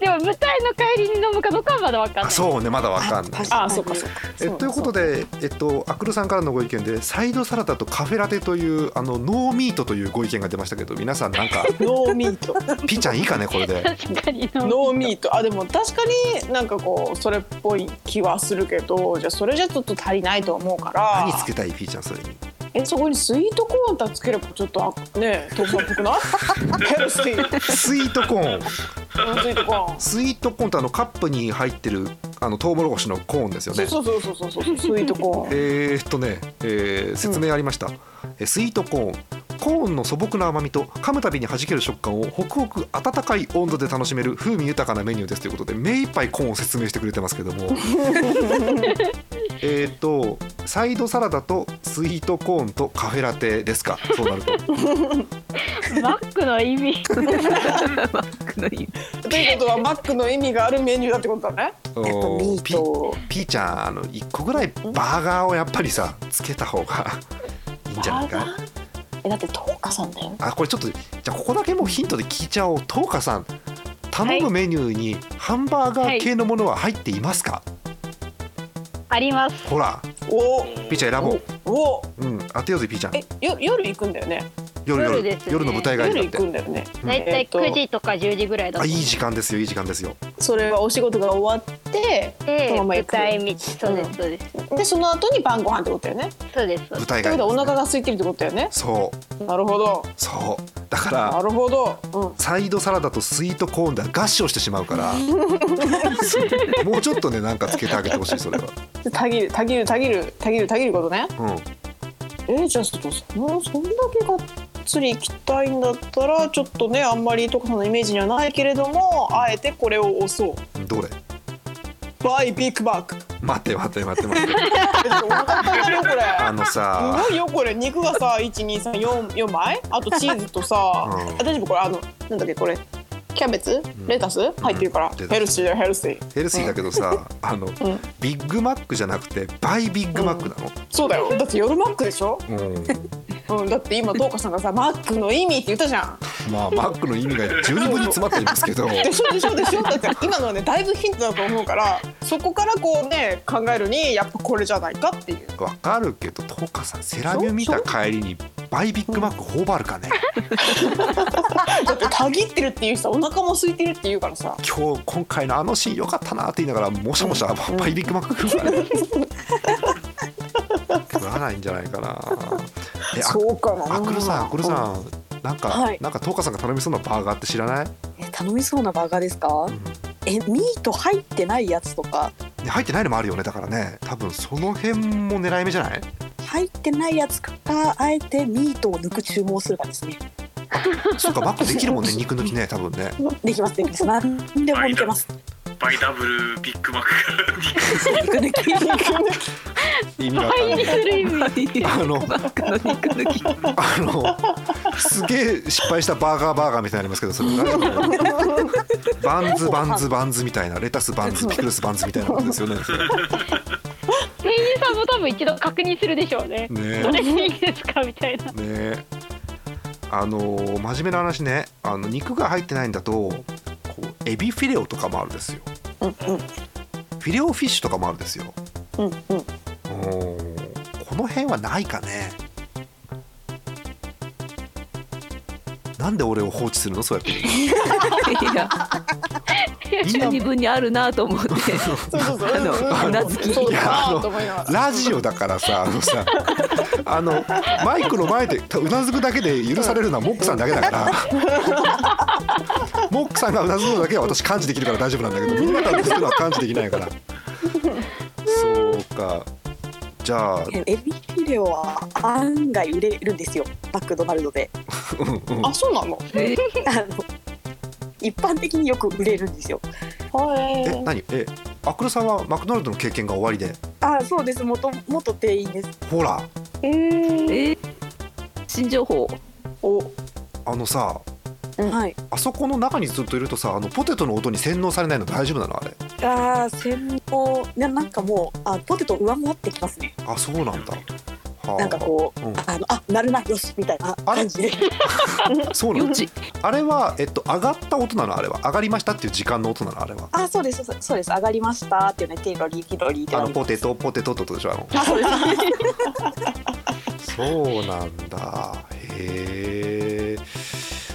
S3: でも舞台の帰りに飲むかどうかはまだわかんな
S1: あ
S3: い。
S1: そうねまだわかんない
S7: あそうかそうか
S1: えということで、えっと、アクルさんからのご意見でサイドサラダとカフェラテというあのノーミートというご意見が出ましたけど皆さんなんか
S7: ノーミート
S1: ピーちゃんいいかねこれで。
S3: 確かに飲む。
S7: ノーミートあでも確かになんかこうそれっぽい気はするけどじゃあそれじゃちょっと足りないと思うから
S1: 何つけたいピーちゃんそれに
S7: えそこにスイートコーンたつければちょっとあねえ徳さんっぽくない ヘルシーな
S1: スイートコーン
S7: スイートコーン
S1: スイートコーンってあのカップに入ってるあのトウモロコシのコーンですよね
S7: そうそうそうそうそうそうスイートコ ーン
S1: えー、っとね、えー説明ありました、えスイートコーンコーンの素朴な甘みと噛むたびに弾ける食感をホクホク温かい温度で楽しめる風味豊かなメニューですということで目いっぱいコーンを説明してくれてますけど もえーっとサイドサラダとスイートコーンとカフェラテですかそう なると
S3: マックの意味。
S5: マックの意味
S7: ということはマックの意味があるメニューだってことだね
S4: えっとミート
S1: ピーちゃんあの1個ぐらいバーガーをやっぱりさつけた方がいいんじゃないか
S4: えだってトウカさんだよ。
S1: あこれちょっとじゃあここだけもうヒントで聞いちゃおうとうかさん頼むメニューにハンバーガー系のものは入っていますか、
S3: あ ります。
S1: ほら
S7: お
S1: ピーちゃん選ぼう、
S7: お
S1: うん、当てようぜピーちゃん
S7: えよ夜行くんだよね
S1: 夜夜
S3: 夜ですね
S1: の舞台帰
S7: 夜
S1: り
S7: 行
S1: だ
S7: く
S1: って
S7: んだよね
S3: だいたい9時とか10時ぐらいだ
S1: あ
S3: と
S1: いい
S3: 思
S1: 時間ですよいい時間ですよ
S7: それはお仕事が終わって
S3: って
S7: そのまま
S3: 舞
S7: 行く
S3: 台道そうですそうです
S7: でその後に晩ご飯ってことだよね
S3: そうですそう
S1: 舞
S3: です。
S1: 台
S7: と
S1: 帰
S7: い
S1: り
S7: うことはお腹が空いてるってことだよね
S1: そう
S7: なるほど
S1: そうだか
S7: な
S1: ら
S7: るほど、うん、
S1: サイドサラダとスイートコーンでは合唱してしまうから もうちょっとねなんかつけてあげてほしいそれは
S7: でたぎるたぎるたぎるたぎるたぎることね
S1: うん
S7: えー、じゃあちょっとそのそんだけがっつり行きたいんだったらちょっとねあんまりとかさんのイメージにはないけれどもあえてこれを押そう
S1: どれ
S7: バイビッグバック
S1: 待って待って待って待って
S7: えお腹いっぱいになるよ これ
S1: あの
S7: す
S1: さ
S7: ごいよこれ肉がさ1234枚あとチーズとさ、
S1: うん
S7: あ大丈夫これあのなんだっけこれキャベツ
S1: ん
S7: レタス入ってるから、
S1: レタス
S7: ヘルシーだよヘルシー
S1: ヘルシーだけどさ、あの
S7: ん
S1: ビッグマックじゃなくてバイビッグマックなの。
S7: そうだよだって夜マックでしょ、
S1: うん、
S7: うん、だって今東花さんがさマックの意味って言ったじゃん
S1: まあマックの意味が十分に詰まっていますけど。
S7: でしょでしょでしょだって今のはねだいぶヒントだと思うからそこからこうね考えるにやっぱこれじゃないかっていう
S1: わかるけど、トーカさんセラミュ見た帰りにバイビッグマック頬張る かね。
S7: だってたぎってるっていう人はお腹も空いてるっていうからさ
S1: 今日今回のあのシーン良かったなって言いながらもしゃもしゃバイビッグマック食うから ね。食わないんじゃないかな。え、あ
S7: そうかな
S1: あくるさん、あくるさん。なんか、
S4: はい
S1: なんかトーカさんが頼みそうなバーガーって知らない？
S4: え頼みそうなバーガーですか
S1: うん
S4: えミート入ってないやつとか
S1: で入ってないのもあるよねだからね多分その辺も狙い目じゃ ない
S4: 入ってないやつかあえてミートを抜く注文をするかですね
S1: そっかマックできるもんね肉抜きね多分ね
S4: できますで きます何でも抜けます
S2: バイダブルビッグマックから肉
S4: 肉抜き
S1: 意味わかんない
S3: する意味
S1: あの
S5: バックの肉抜き
S1: あのすげえ失敗したバーガーバーガーみたいになりますけどそれ大丈夫なの バンズバンズバンズみたいなレタスバンズピクルスバンズみたいなことですよ ねそれ
S3: 店員さんも多分一度確認するでしょうねど
S1: ね
S3: れでいいですかみ たいな
S1: ねあの真面目な話ねあの肉が入ってないんだとこうエビフィレオとかもあるんですよ
S7: うん
S1: フィレオフィッシュとかもあるんですよ
S7: うんうんうん
S1: おーこの辺はないかねなんで俺を放置するのそうやって
S5: いや
S1: 今
S5: 12分にある なと思って
S7: そうそうそう
S5: あの
S7: うん
S5: うなずき
S7: そう
S1: いやあ
S7: だ
S1: の
S7: なと思いながら
S1: ラジオだからさあの さあのマイクの前でたうなずくだけで許されるのはモックさんだけだ からモックさんがうなずくのだけは私感知できるから大丈夫なんだけどみんながうなずくのは感知できない からそうかじゃあ、
S4: エビフィレオは案外売れるんですよマクドナルドで
S1: うんうん
S7: あそうなの
S5: え
S4: あの一般的によく売れるんですよ
S7: はい
S1: え何えアクロさんはマクドナルドの経験が終わりで
S4: あそうです元元店員です
S1: ほら
S7: えー、
S5: え新情報
S7: お
S1: あのさ
S4: はい
S1: あそこの中にずっといるとさあのポテトの音に洗脳されないの大丈夫なのあれ
S4: あー専門ななんかもうあポテト上回ってきますね
S1: あそうなんだ、はあ、
S4: なんかこう、
S1: うん
S4: あのあなるなよしみたいな
S1: あれ
S4: 感じで
S1: そうな
S5: 余
S1: の
S5: 地
S1: あれは、えっと、上がった音なのあれは上がりましたっていう時間の音なのあれは
S4: あそうですそうですそうです上がりましたっていうねテロリーテロリーって
S1: あ
S4: な
S1: の
S4: り
S1: ポテトポテトってことでしょあの
S4: あそうです
S1: そうなんだへえ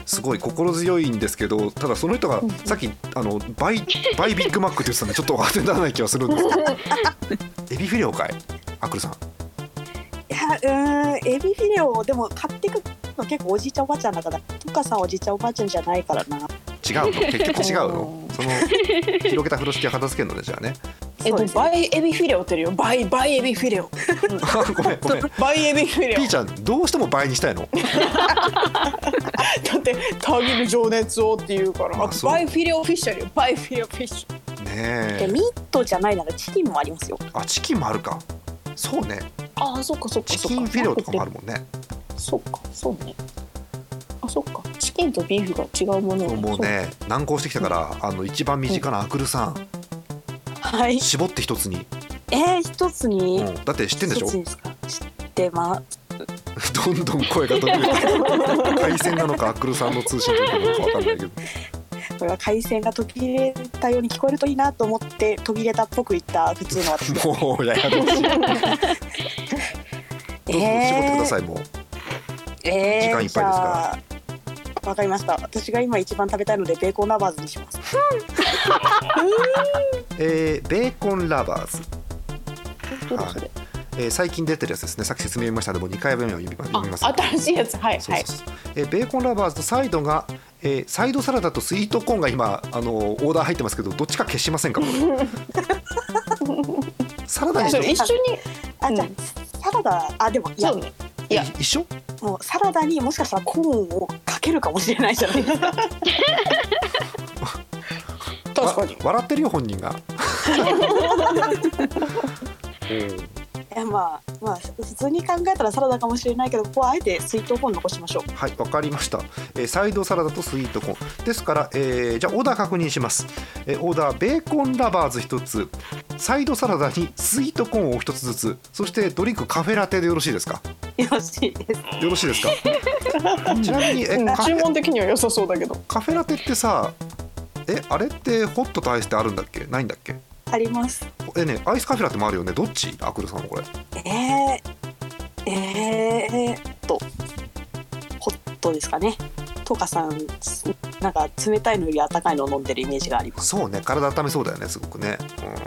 S1: すごい心強いんですけどただその人がさっきあのバイバイビッグマックって言ってたんでちょっと当てにならない気がするんです けどエビフィレオかいアクルさん
S4: いやうーんエビフィレオでも買ってくの結構おじいちゃんおばあちゃんだからトカさんおじいちゃんおばあちゃんじゃないからな
S1: 違うの結局違う のその広げた風呂敷は片付けるのねじゃあね
S7: えっ
S4: そう
S7: と
S4: ですね
S7: バイエビフィレオってるよバイバイエビフィレオ
S1: あ ごめんごめん。
S7: バイエビフィレオ
S1: ピーちゃんどうしても倍にしたいの。
S7: だって「たぎる情熱を」っていうから
S1: あ
S7: あと
S1: そう
S7: バイフィレオフィッシャルよバイフィレオフィッシャル
S1: ね
S4: で
S1: え。
S4: ミートじゃないならチキンもありますよ
S1: あチキンもあるか。そうね。
S7: ああそっかそっか
S1: チ
S7: そっか
S1: キンフィレオとかもあるもんね。
S7: そっかそうねあそっかチキンとビーフが違うもの
S1: もうね難航してきたからあの一番身近なアクルさん
S4: はい
S1: 絞って一つに。
S4: えー、一つに、
S1: うんだって知ってんでし
S4: 一
S1: ょ
S4: つ。にですか知ってま
S1: どんどん声が飛び出て。回線なのかアクルさんの通信なのかわかんないけど。
S4: すこれは回線が途切れたように聞こえるといいなと思って途切れたっぽく言った普通の私
S1: もうややこしい。どうぞ絞ってくださいもう。
S4: えー、
S1: 時間いっぱいですから
S4: じゃあわかりました私が今一番食べたいのでベーコンラバーズにします
S1: えーベーコンラバーズ。
S5: どれそれ
S1: えー最近出てるやつですねさっき説明しましたのでもう2回目を読みます
S7: あ
S1: 読みますね
S7: 新しいやつはい
S1: そう
S7: は
S1: そう
S7: い
S1: そうえーベーコンラバーズとサイドが、えーサイドサラダとスイートコーンが今、あのーオーダー入ってますけどどっちか消しませんかこれサラダにし
S7: そ
S1: て
S7: れ一緒に
S4: あじゃあ、
S7: うん
S4: サラダあでもいや
S7: そうねいや
S1: 一緒
S4: もうサラダにもしかしたらコーンをかけるかもしれないじゃないですか
S7: 確かに
S1: わ笑ってるよ本人がうん
S4: いやまあまあ普通に考えたらサラダかもしれないけどここはあえて水筒コーン残しましょう
S1: はいわかりました、えーサイドサラダとスイートコーンですから、えーじゃあオーダー確認します、えーオーダーベーコンラバーズ1つサイドサラダにスイートコーンを1つずつそしてドリンクカフェラテでよろしいですか
S4: よろしいです
S1: よろしい ですかちなみにえ
S7: うん
S1: カフ
S7: 注
S1: ェ
S7: 文的には良さそうだけど
S1: カフェラテってさえあれってホットとアイスってあるんだっけないんだっけ
S4: あります
S1: えねアイスカフェラテもあるよねどっちアクルさんこれ
S4: えー、えー、っとホットですかねトカさんすなんか冷たいのより温かいのを飲んでるイメージがあります
S1: そうね体温めそうだよねすごくね、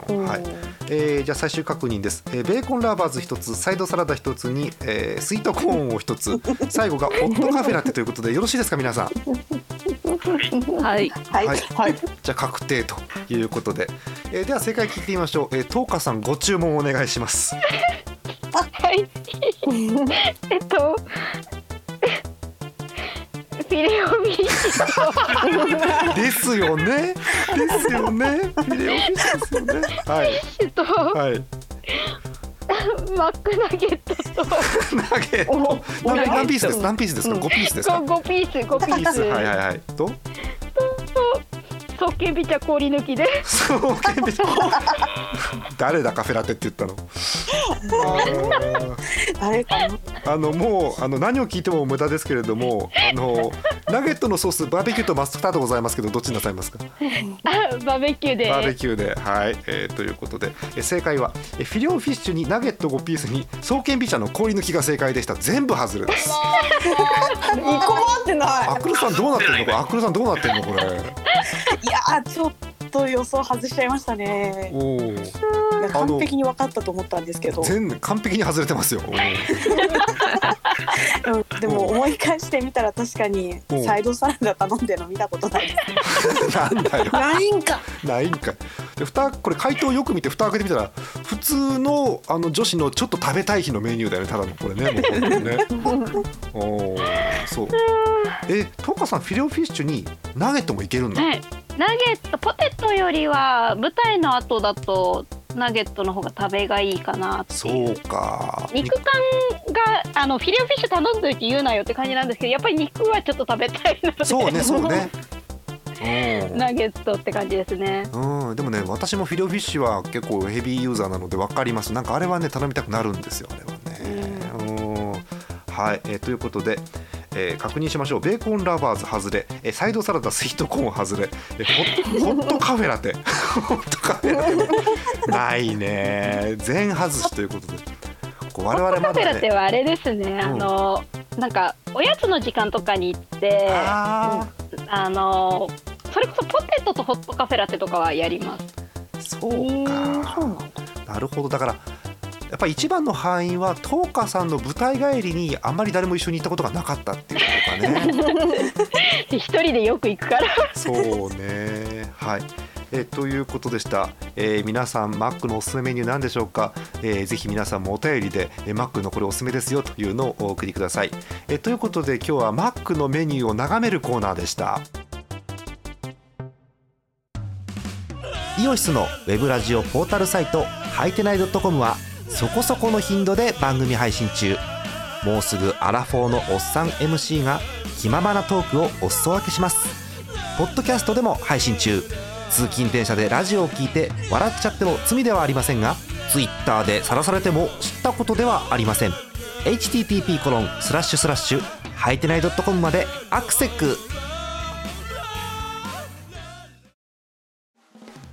S1: うん
S7: うん
S1: はいえーじゃあ最終確認です、えーベーコンラーバーズ1つサイドサラダ1つに、えースイートコーンを1つ 最後がホットカフェラテということでよろしいですか皆さん
S5: はい
S4: はい、
S1: はい
S7: はい
S1: じゃあ確定ということで、えーでは正解聞いてみましょう、えー、トーカさんご注文お願いします
S3: はい。えっと。フィレオビーチ
S1: ですよねですよねフィレオフィッシュですよねはい
S3: と、
S1: はい
S3: マックナゲットと
S1: 投げと
S5: お
S1: 何
S5: 投
S1: 何
S5: げ
S1: ピースです何ピースですか5ピースですか
S3: 5ピース5ピ
S1: ピー
S3: ー
S1: ス
S3: ス
S1: はいはいはいと
S3: と即決ビ茶氷抜きで
S1: そうケンビ誰だカフェラテって言ったの
S4: 誰かな
S1: あのもうあの何を聞いても無駄ですけれどもあのナゲットのソースバーベキューとマスタードございますけどどっちになさいますか
S3: あバーベキューで
S1: バーベキューではい、えーということでえ正解はえフィレオフィッシュにナゲット5ピースに双剣美茶の氷抜きが正解でした全部外れです
S7: 一個も合ってな
S1: アクルさんどうなってんのこれアクルさんどうなってんのこれ
S4: いやーちょっと予想外しちゃいましたね
S1: おお
S4: いや
S1: あの
S4: 完璧に分かったと思ったんですけど、
S1: 全完璧に外れてますよおー
S4: うんでも思い返してみたら確かに
S1: うん
S4: サイドサラダ頼んでるの見たことないです
S1: なんだよ
S7: い。ラインか。
S1: ないんかいで蓋これ回答よく見て蓋開けてみたら普通のあの女子のちょっと食べたい日のメニューだよねただのこれねもう本 当にねおーそうえトカさんフィレオフィッシュにナゲットもいけるんだ、
S3: はいナゲットポテトよりは舞台の後だとナゲットの方が食べがいいかな
S1: そうか
S3: 肉感があのフィレオフィッシュ頼んだ時言うなよって感じなんですけどやっぱり肉はちょっと食べたいので
S1: そうねそうね
S3: ナゲットって感じですね
S1: うん、うん、でもね私もフィレオフィッシュは結構ヘビーユーザーなので分かりますなんかあれはね頼みたくなるんですよあれはねうんはい、えーということでえー確認しましょうベーコンラバーズ外れ、えーサイドサラダスイートコーン外れ、えーホ ッホットカフェラテ ホットカフェラテもないね全外しということでこう我々
S3: カ
S1: ま
S3: フェ
S1: だ
S3: ラテ
S1: ね
S3: はあれですね、あのなんかおやつの時間とかに行ってあ
S1: あ
S3: のそれこそポテトとホットカフェラテとかはやります
S1: あそうか
S7: そうなんだ。
S1: なるほどだからやっぱり一番の敗因はトーカさんの舞台帰りにあんまり誰も一緒に行ったことがなかったっていうことかね
S3: 一人でよく行くから
S1: そうねはいえということでした、えー皆さんマックのおすすめメニュー何でしょうか、えーぜひ皆さんもお便りで、えーマックのこれおすすめですよというのをお送りください、えーということで今日はマックのメニューを眺めるコーナーでした
S8: イオシスのウェブラジオポータルサイトハイテナイドットコムはそこそこの頻度で番組配信中もうすぐアラフォーのおっさん MC が気ままなトークをお裾分けしますポッドキャストでも配信中通勤電車でラジオを聞いて笑っちゃっても罪ではありませんが Twitter で晒されても知ったことではありません http コロンスラッシュスラッシュハイテナイドットコムまでアクセック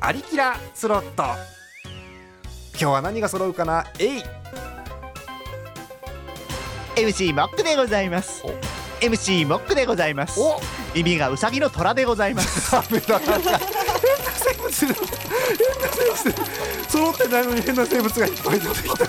S8: アリキラスロット今日は何が揃うかなえい
S9: MC モックでございます
S8: お
S9: MC モックでございます
S8: お
S9: 耳がウサギの虎でございます
S8: ダメだ変な生物だ変な生物揃ってないのに変な生物がいっぱい出てきた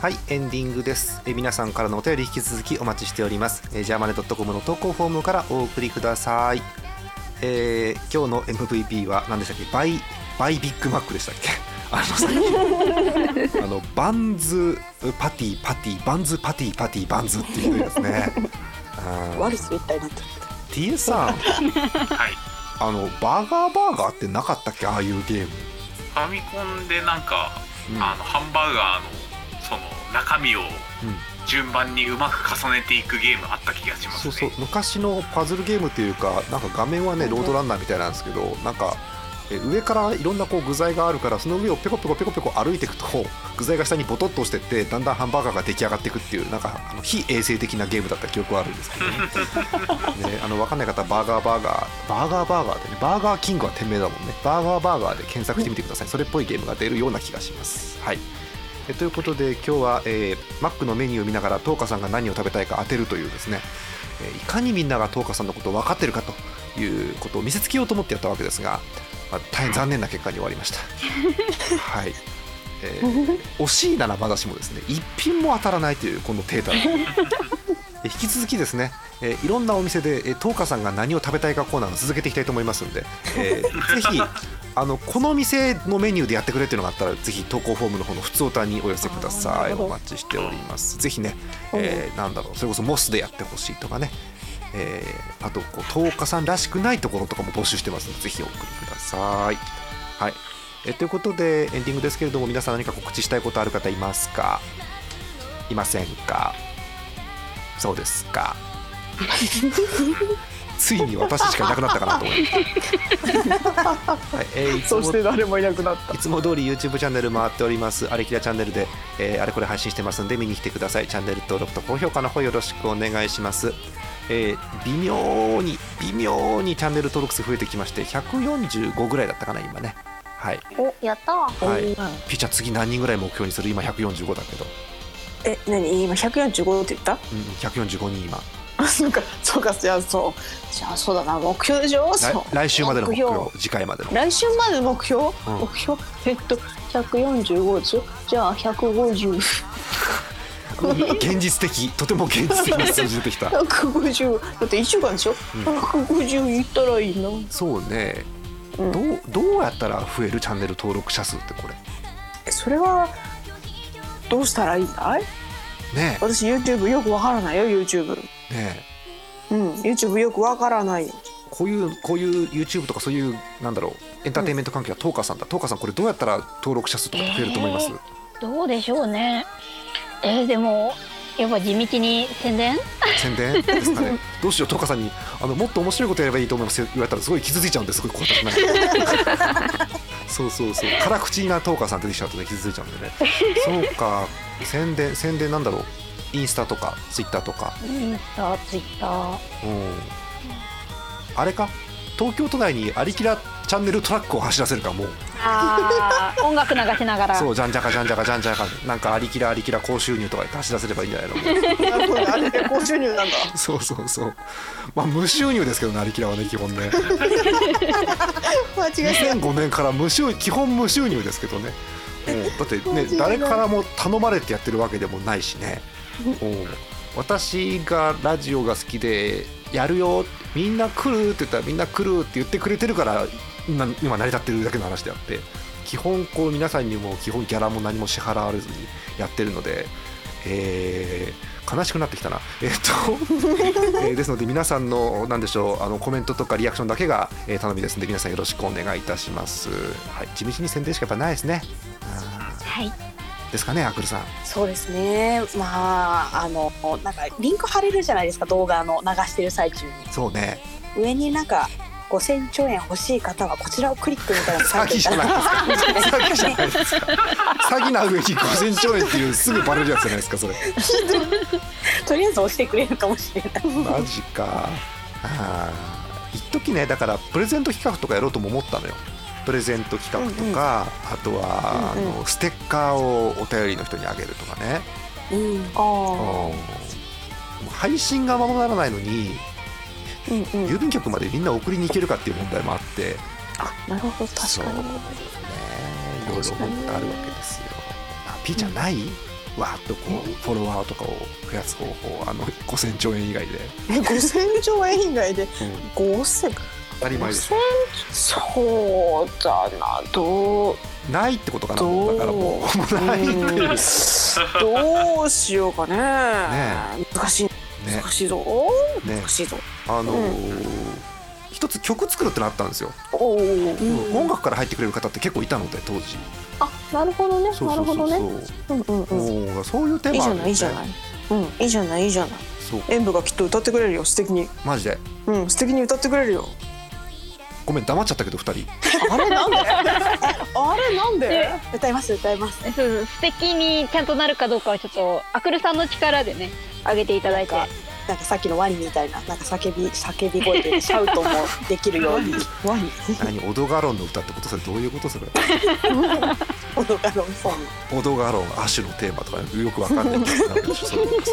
S1: はいエンディングですえー皆さんからのお便り引き続きお待ちしておりますえージャーマネドットコムの投稿フォームからお送りください、えー今日の MVP は何でしたっけバイバイビッグマックでしたっけ あのさっきあのバンズパティパティバンズパティパティバンズっていうですねうん
S4: ワルスみたいになってる
S1: TS さん
S2: はい
S1: あのバーガーバーガーってなかったっけああいうゲーム、
S2: ファミコンでなんか、
S1: うん
S2: あのハンバーガーのその中身を
S1: うん
S2: 順番にうまく重ねていくゲームあった気がします
S1: そう
S2: ね
S1: そう昔のパズルゲームというかなんか画面はねロードランナーみたいなんですけどなんかえ上からいろんなこう具材があるからその上をペコペコペコペコ歩いていくと 具材が下にボトッと落ちてってだんだんハンバーガーが出来上がっていくっていうなんかあの非衛生的なゲームだった記憶はあるんですけどねねあの分かんない方バーガーバーガーバーガーバーガーでねバーガーキングは店名だもんねバーガーバーガーで検索してみてくださいそれっぽいゲームが出るような気がしますはいえということで今日は、えーマックのメニューを見ながらトーカさんが何を食べたいか当てるというですねえーいかにみんなが東花さんのことを分かってるかということを見せつけようと思ってやったわけですが、まあ、大変残念な結果に終わりました。はいえー惜しいならまだしもですね一品も当たらないというこのデータえ引き続きですね、えーいろんなお店で、えー、東花さんが何を食べたいかコーナーを続けていきたいと思いますので、えーぜひあのこの店のメニューでやってくれっていうのがあったらぜひ投稿フォームの方の普通歌にお寄せくださいお待ちしておりますぜひね、えーなんだろうそれこそモスでやってほしいとかねえーあとこう東花さんらしくないところとかも募集してますのでぜひお送りください。はいえーということでエンディングですけれども皆さん何か告知したいことある方いますかいませんかそうですかついに私しかいなくなったかなと思い ました、はいえーいつも
S7: そして誰もいなくなった
S1: いつも通り YouTube チャンネル回っております。アレキラチャンネルで、えーあれこれ配信してますんで見に来てください。チャンネル登録と高評価の方よろしくお願いします。えー微妙に微妙にチャンネル登録数増えてきまして145ぐらいだったかな今ね。はい。
S6: おやった
S1: はい。ピーちゃん次何人ぐらい目標にする？今145だけど。
S7: え何今145って言った
S1: うん、145人今。
S7: あ そうかそうかじゃあそうじゃあそうだな目標でしょ
S1: 来
S7: そう
S1: 来週までの目標
S7: 目
S1: 次回までの。
S7: 来週までの目標、
S1: うん
S7: 目標えっと145でしょじゃあ150
S1: 現実的とても現実的な数字出てきた。
S7: 150だって1週間でしょ、
S1: うん
S7: 150いったらいいな
S1: そうね。
S7: うん
S1: どうどうやったら増えるチャンネル登録者数ってこれ
S7: えそれはどうしたらいいんだい
S1: ね
S7: 私 YouTube よくわからないよ YouTube
S1: えねえ
S7: うん YouTube よくわからないよ
S1: こういうこういう YouTube とかそういうなんだろうエンターテインメント関係はトーカーさんだ、トーカーさんこれどうやったら登録者数とかって増えると思います、
S3: えどうでしょうねえーでもやっぱ地道に宣伝
S1: 宣伝ですかねどうしようトーカーさんにあのもっと面白いことやればいいと思いますよ言われたらすごい傷ついちゃうんですごい 怖くないそうそうそう辛口なトーカーさん出てきちゃうとね傷ついちゃうんでねそうか宣伝宣伝なんだろうインスタとかツイッターとか
S3: インスタツイッター
S1: うんあれか東京都内にアリキラチャンネルトラックを走らせるかもう
S3: あー音楽流しな がら
S1: そうじゃんじゃかじゃんじゃかじゃんじゃかなんかありきらありきら高収入とか言って走らせればいいんじゃないの
S7: な るほどあれで高収入なんだ
S1: そうそうそうまあ無収入ですけどねありきらはね基本ね
S7: 間違え
S1: 2005年から無収基本無収入ですけどねうんだってね誰からも頼まれてやってるわけでもないし ねうん私がラジオが好きでやるよみんな来るって言ったらみんな来るって言ってくれてるから今今成り立ってるだけの話であって基本こう皆さんにも基本ギャラも何も支払われずにやってるので、えー悲しくなってきたな、えっとえーですので皆さんのなんでしょうあのコメントとかリアクションだけが、えー頼みですので皆さんよろしくお願いいたします、はい、地道に宣伝しかやっぱないですねあ
S3: は
S1: ー
S3: い
S1: ですかねアクルさん
S4: そうですねまああのなんかリンク貼れるじゃないですか動画の流してる最中に
S1: そうね
S4: 上になんか5000兆円欲しい方はこちらをクリックみたいなの書
S1: 詐
S4: いて
S1: 欺
S4: い
S1: じゃ
S4: た
S1: ない
S4: ら
S1: ですか詐欺じゃないですか詐欺な上に5000兆円っていうすぐバレるやつじゃないですかそれ
S4: とりあえず押してくれるかもしれない
S1: マジかあー一時ねだからプレゼント企画とかやろうとも思ったのよプレゼント企画とか、あとは、
S7: うんうん
S1: あのステッカーをお便りの人にあげるとかね、
S4: うん
S1: うん
S7: あ
S1: もう配信がままならないのに
S7: ーうんうん
S1: 郵便局までみんな送りに行けるかっていう問題もあって
S7: あなるほど確
S1: そう
S7: か
S1: ね
S7: に
S1: いろいろあるわけですよあピーちゃんない、わーっとこうフォロワーとかを増やす方法あの5000兆円以外で、
S7: 5000兆円以外で
S1: うん
S7: 5000
S1: 当たり前です
S7: 5000そうだなどう
S1: ないってことかな
S7: どう
S1: だからもうもうないっていうね
S7: どうしようかね難しい難しいぞ、
S1: ね
S7: 難しいぞ
S1: あのー一つ曲作るってのあったんですよ、
S7: おお、
S1: 音楽から入ってくれる方って結構いたので当時
S7: あなるほどね
S1: そうそうそう
S7: な
S1: そ
S7: る
S1: う
S7: ほどねうんうんうん
S1: もうそういうテー
S7: いい
S1: マ
S7: じ
S1: あ
S7: ゃ
S1: る
S7: ないいいじゃないうんいいじゃないいいじゃない
S1: そう
S7: 演舞がきっと歌ってくれるよ素敵に
S1: マジで
S7: うん素敵に歌ってくれるよ
S1: ごめん黙っちゃったけど二人
S7: あれなんであれなんで
S4: 歌います歌います
S3: そうそう素敵にちゃんとなるかどうかはちょっとアクルさんの力でね上げていただいて
S4: なんかなんかさっきのワニみたいななんか叫び叫び声でシャウトもできるようにワニ
S1: 何オドガロンの歌ってことそれどういうことそ れ
S4: 音がロンソン
S1: オドガロン亜種のテーマとかよくわかんないけどなんかそういうの さ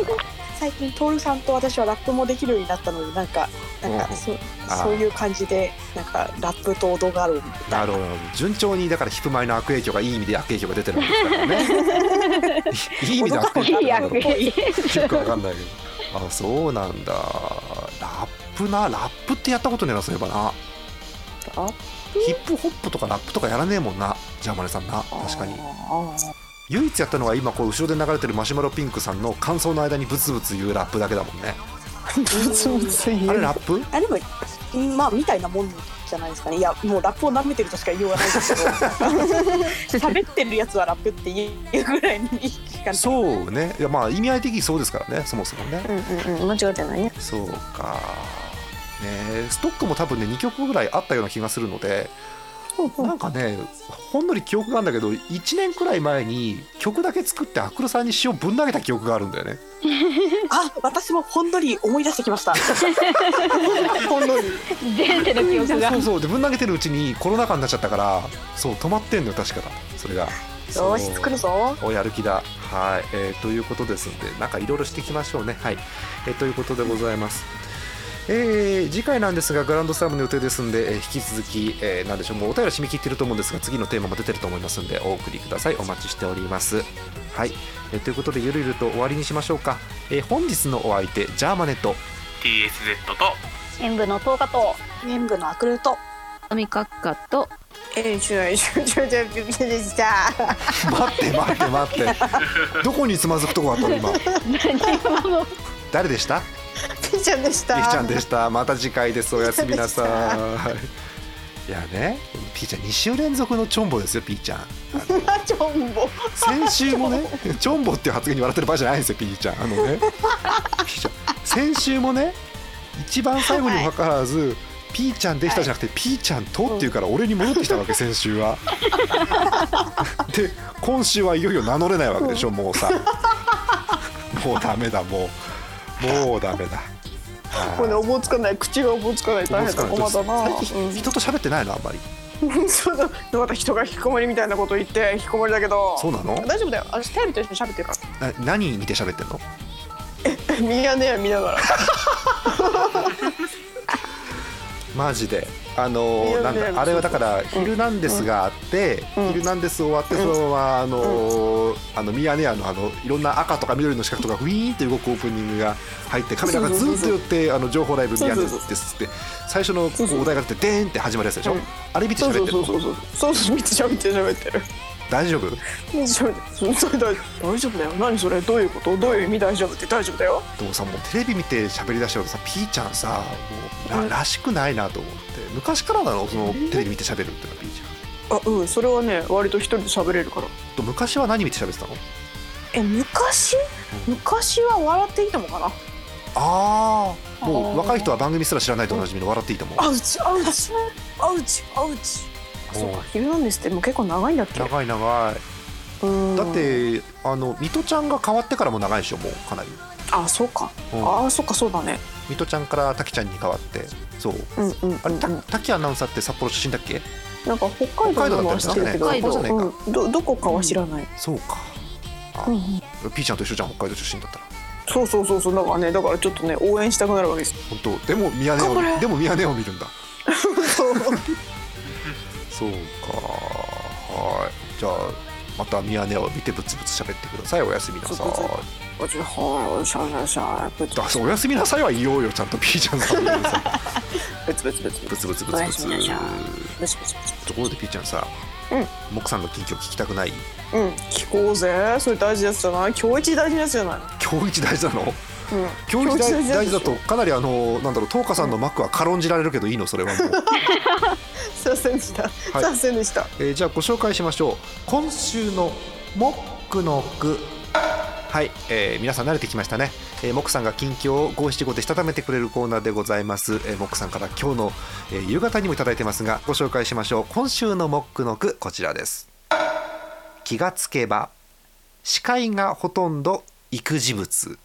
S4: 最近トールさんと私はラップもできるようになったのでなんかなん
S1: うん
S4: かそ
S1: あー
S4: そういう感じでなんかラップと踊があるみた
S1: ないる
S4: な
S1: ほど順調にだからヒプマイの悪影響がいい意味で悪影響が出てるわけですから ねいい意味で悪影響
S3: いい
S1: なの
S3: 役
S1: かよくわかんないけどあそうなんだラップなラップってやったことねえなそういえばなヒップホップとかラップとかやらねえもんなジャーマネさんな確かに唯一やったのは今こう後ろで流れてるマシュマロピンクさんの感想の間にブツブツ言うラップだけだもんねあれラップ
S4: あでもうんまあみたいなもんじゃないですかねいやもうラップを舐めてるとしか言いようがないですけど 喋ってるやつはラップって言うぐらいにしかない
S1: そうねいやまあ意味合い的にそうですからねそもそもね
S7: うんうんうん間違ってないね
S1: そうかねストックも多分ね2曲ぐらいあったような気がするのでなんかねほんのり記憶があるんだけど1年くらい前に曲だけ作ってアクロさんに詩をぶん投げた記憶があるんだよね
S4: あ私もほんのり思い出してき ました ほんのり
S3: 前世の記憶が
S1: そうそうでぶん投げてるうちにコロナ禍になっちゃったからそう止まってんのよ確かだそれが
S4: よーし作るぞ
S1: おやる気だはい、えーということですのでなんかいろいろしていきましょうねはい、えーということでございます、えー次回なんですがグランドスラムの予定ですんで、えー引き続き、えーなんでしょうもうお便り締め切ってると思うんですが次のテーマも出てると思いますんでお送りくださいお待ちしておりますはい、えーということでゆるゆると終わりにしましょうか、えー本日のお相手ジャーマネと
S2: TSZ と
S3: 演舞の10日と
S4: 演舞のアクルート
S5: 神閣下と
S7: えちょいちょいちょいちょいびっくりした
S1: 待って待って待ってどこにつまずくとこあったの今誰でした
S7: ピーちゃんでした
S1: ピーちゃんでした。また次回です。おやすみなさい。いやね、ピーちゃん2週連続のチョンボですよ、ピーちゃん。
S7: チョンボ
S1: 先週も ね、チョンボっていう発言に笑ってる場合じゃないんですよ、ピーちゃん。あのね、ピーちゃん先週もね、一番最後にもかかわらず、ピーちゃんでしたじゃなくて、ピーちゃんとっていうから俺に戻ってきたわけ、先週は。で、今週はいよいよ名乗れないわけでしょ、もうさ。もうダメだ、もう。もうダメだ。はい
S7: これねおぼつかない口がおぼつかない大変な駒だな
S1: 最近人と喋ってないのあんまり
S7: うんそうだまた人が引きこもりみたいなこと言って引きこもりだけど
S1: そうなの
S7: 大丈夫だよ私テレビと一緒に喋ってるから
S1: な何見て喋ってんの
S7: ミヤネ屋見ながら
S1: マジであの
S7: い
S1: ー
S7: や
S1: なん
S7: ね
S1: だあれはだから「
S7: うん
S1: ヒルナンデス」があって「
S7: うん
S1: ヒルナンデス」終わってそのままあのーあのミヤネ屋のあのいろんな赤とか緑の四角とかウィーンって動くオープニングが入ってカメラがずーっと寄ってあの情報ライブミヤネ屋ですって最初のここお題が出てデーンって始まるやつでしょ
S7: うん
S1: あれ見て
S7: そう
S1: 喋
S7: そ
S1: っ
S7: う
S1: て
S7: そう
S1: るの
S7: そうそうそうそう見て喋ってる喋ってる
S1: 大丈夫
S7: 見て喋ってるそうそう大丈夫大丈夫だよ何それどういうことどういう意味大丈夫って大丈夫だよ
S1: でもさもうテレビ見て喋りだしちゃうとさピーちゃんさもうららしくないなと思って昔からなのそのテレビ見て喋るっていうのはピーちゃん
S7: あうんそれはね割と一人で喋れるから
S1: と昔は何見て喋ってたの
S7: え昔昔は笑っていいともかな
S1: ああもう若い人は番組すら知らないとおなじみの「笑っていいと思
S7: あうちあうちあうちあうちあそうか「ヒルナンデス」ってもう結構長いんだっけだ
S1: 長い長いだってあの水戸ちゃんが変わってからも長いでしょもうかなり、
S7: あそうか
S1: うん、
S7: あそうかそうだね
S1: 水戸ちゃんから滝ちゃんに変わってそう
S7: うんうん
S1: あ
S7: う
S1: れ
S7: ん
S1: た滝アナウンサーって札幌出身だっけ
S7: なんか北海道のはしてるけど、
S1: 北海道だったよね
S7: うんどどこかは知らない。
S1: そうかあ、
S7: うんう
S1: ピーちゃんと一緒じゃん北海道出身だったら
S7: そうそうそうそうだからねだからちょっとね応援したくなるわけです。
S1: 本当でもミヤネ
S7: 頑張
S1: 屋を
S7: れ
S1: でもミヤネ屋を見 るんだ
S7: そう
S1: そうかはいじゃあまたミヤネ屋を見てぶつぶつ喋ってくださいおやすみなさい
S7: 我觉得好好笑，笑笑，不
S1: だそうおやすみなさいは言おうよちゃんと P ちゃん さんもさ
S7: 不不不不
S1: ぶつぶつぶ
S7: お
S1: つ
S7: や
S1: ぶ
S7: すみなさい
S1: つ
S7: 不不不。
S1: ところで P ちゃんさ
S7: うん
S1: モクさんの近況聞きたくない
S7: うん、聞こうぜ。それ大事なやつじゃない。今日一大事なやつじゃない。
S1: 今日一大事なの
S7: うん、
S1: 今日一大
S7: 今日一大事
S1: 大事だとかなりあのなんだろう東花さんの幕は軽んじられるけどいいのそれはもう
S7: すいませんでした。
S1: い
S7: すいませんでした。
S1: えーじゃあご紹介しましょう今週の「モックの句」はい、えー皆さん慣れてきましたね、えー、モックさんが近況を五七五でしたためてくれるコーナーでございます、えー、モックさんから今日の、えー夕方にもいただいてますがご紹介しましょう今週のモックの句こちらです気がつけば視界がほとんど育児物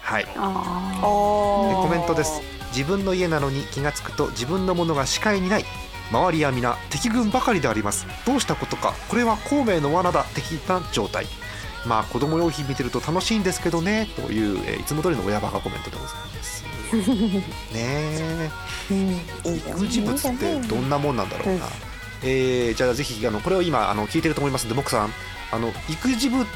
S1: はい
S3: あ
S7: あ
S1: え
S7: ー
S1: コメントです。自分の家なのに気がつくと自分のものが視界にない周りは皆敵軍ばかりでありますどうしたことかこれは孔明の罠だ的な状態まあ子供用品見てると楽しいんですけどねという、えーいつも通りの親バカコメントでございます。ね
S7: うん、
S1: え
S7: いいよ
S1: 育児物ってどんなもんなんだろうな、えーじゃあぜひあのこれを今あの聞いてると思いますんでモクさんあの育児物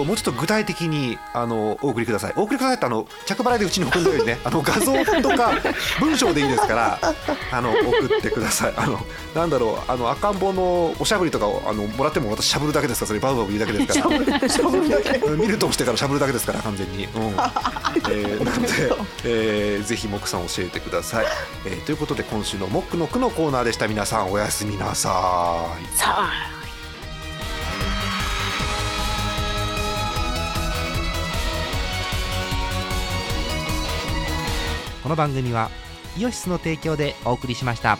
S1: をもうちょっと具体的にあのお送りくださいお送りくださいってあの着払いでうちに送るようにねあの画像とか文章でいいですから あの送ってくださいあのなんだろうあの赤ん坊のおしゃぶりとかをあのもらっても私しゃぶるだけですからそれバウバウ言うだけですからうんミルトンしてからしゃぶるだけですから完全に、うん えーなので、えーぜひモクさん教えてください、えーということで今週のモックの句のコーナーでした皆さんおやすみなさい
S8: この番組はイオシスの提供でお送りしました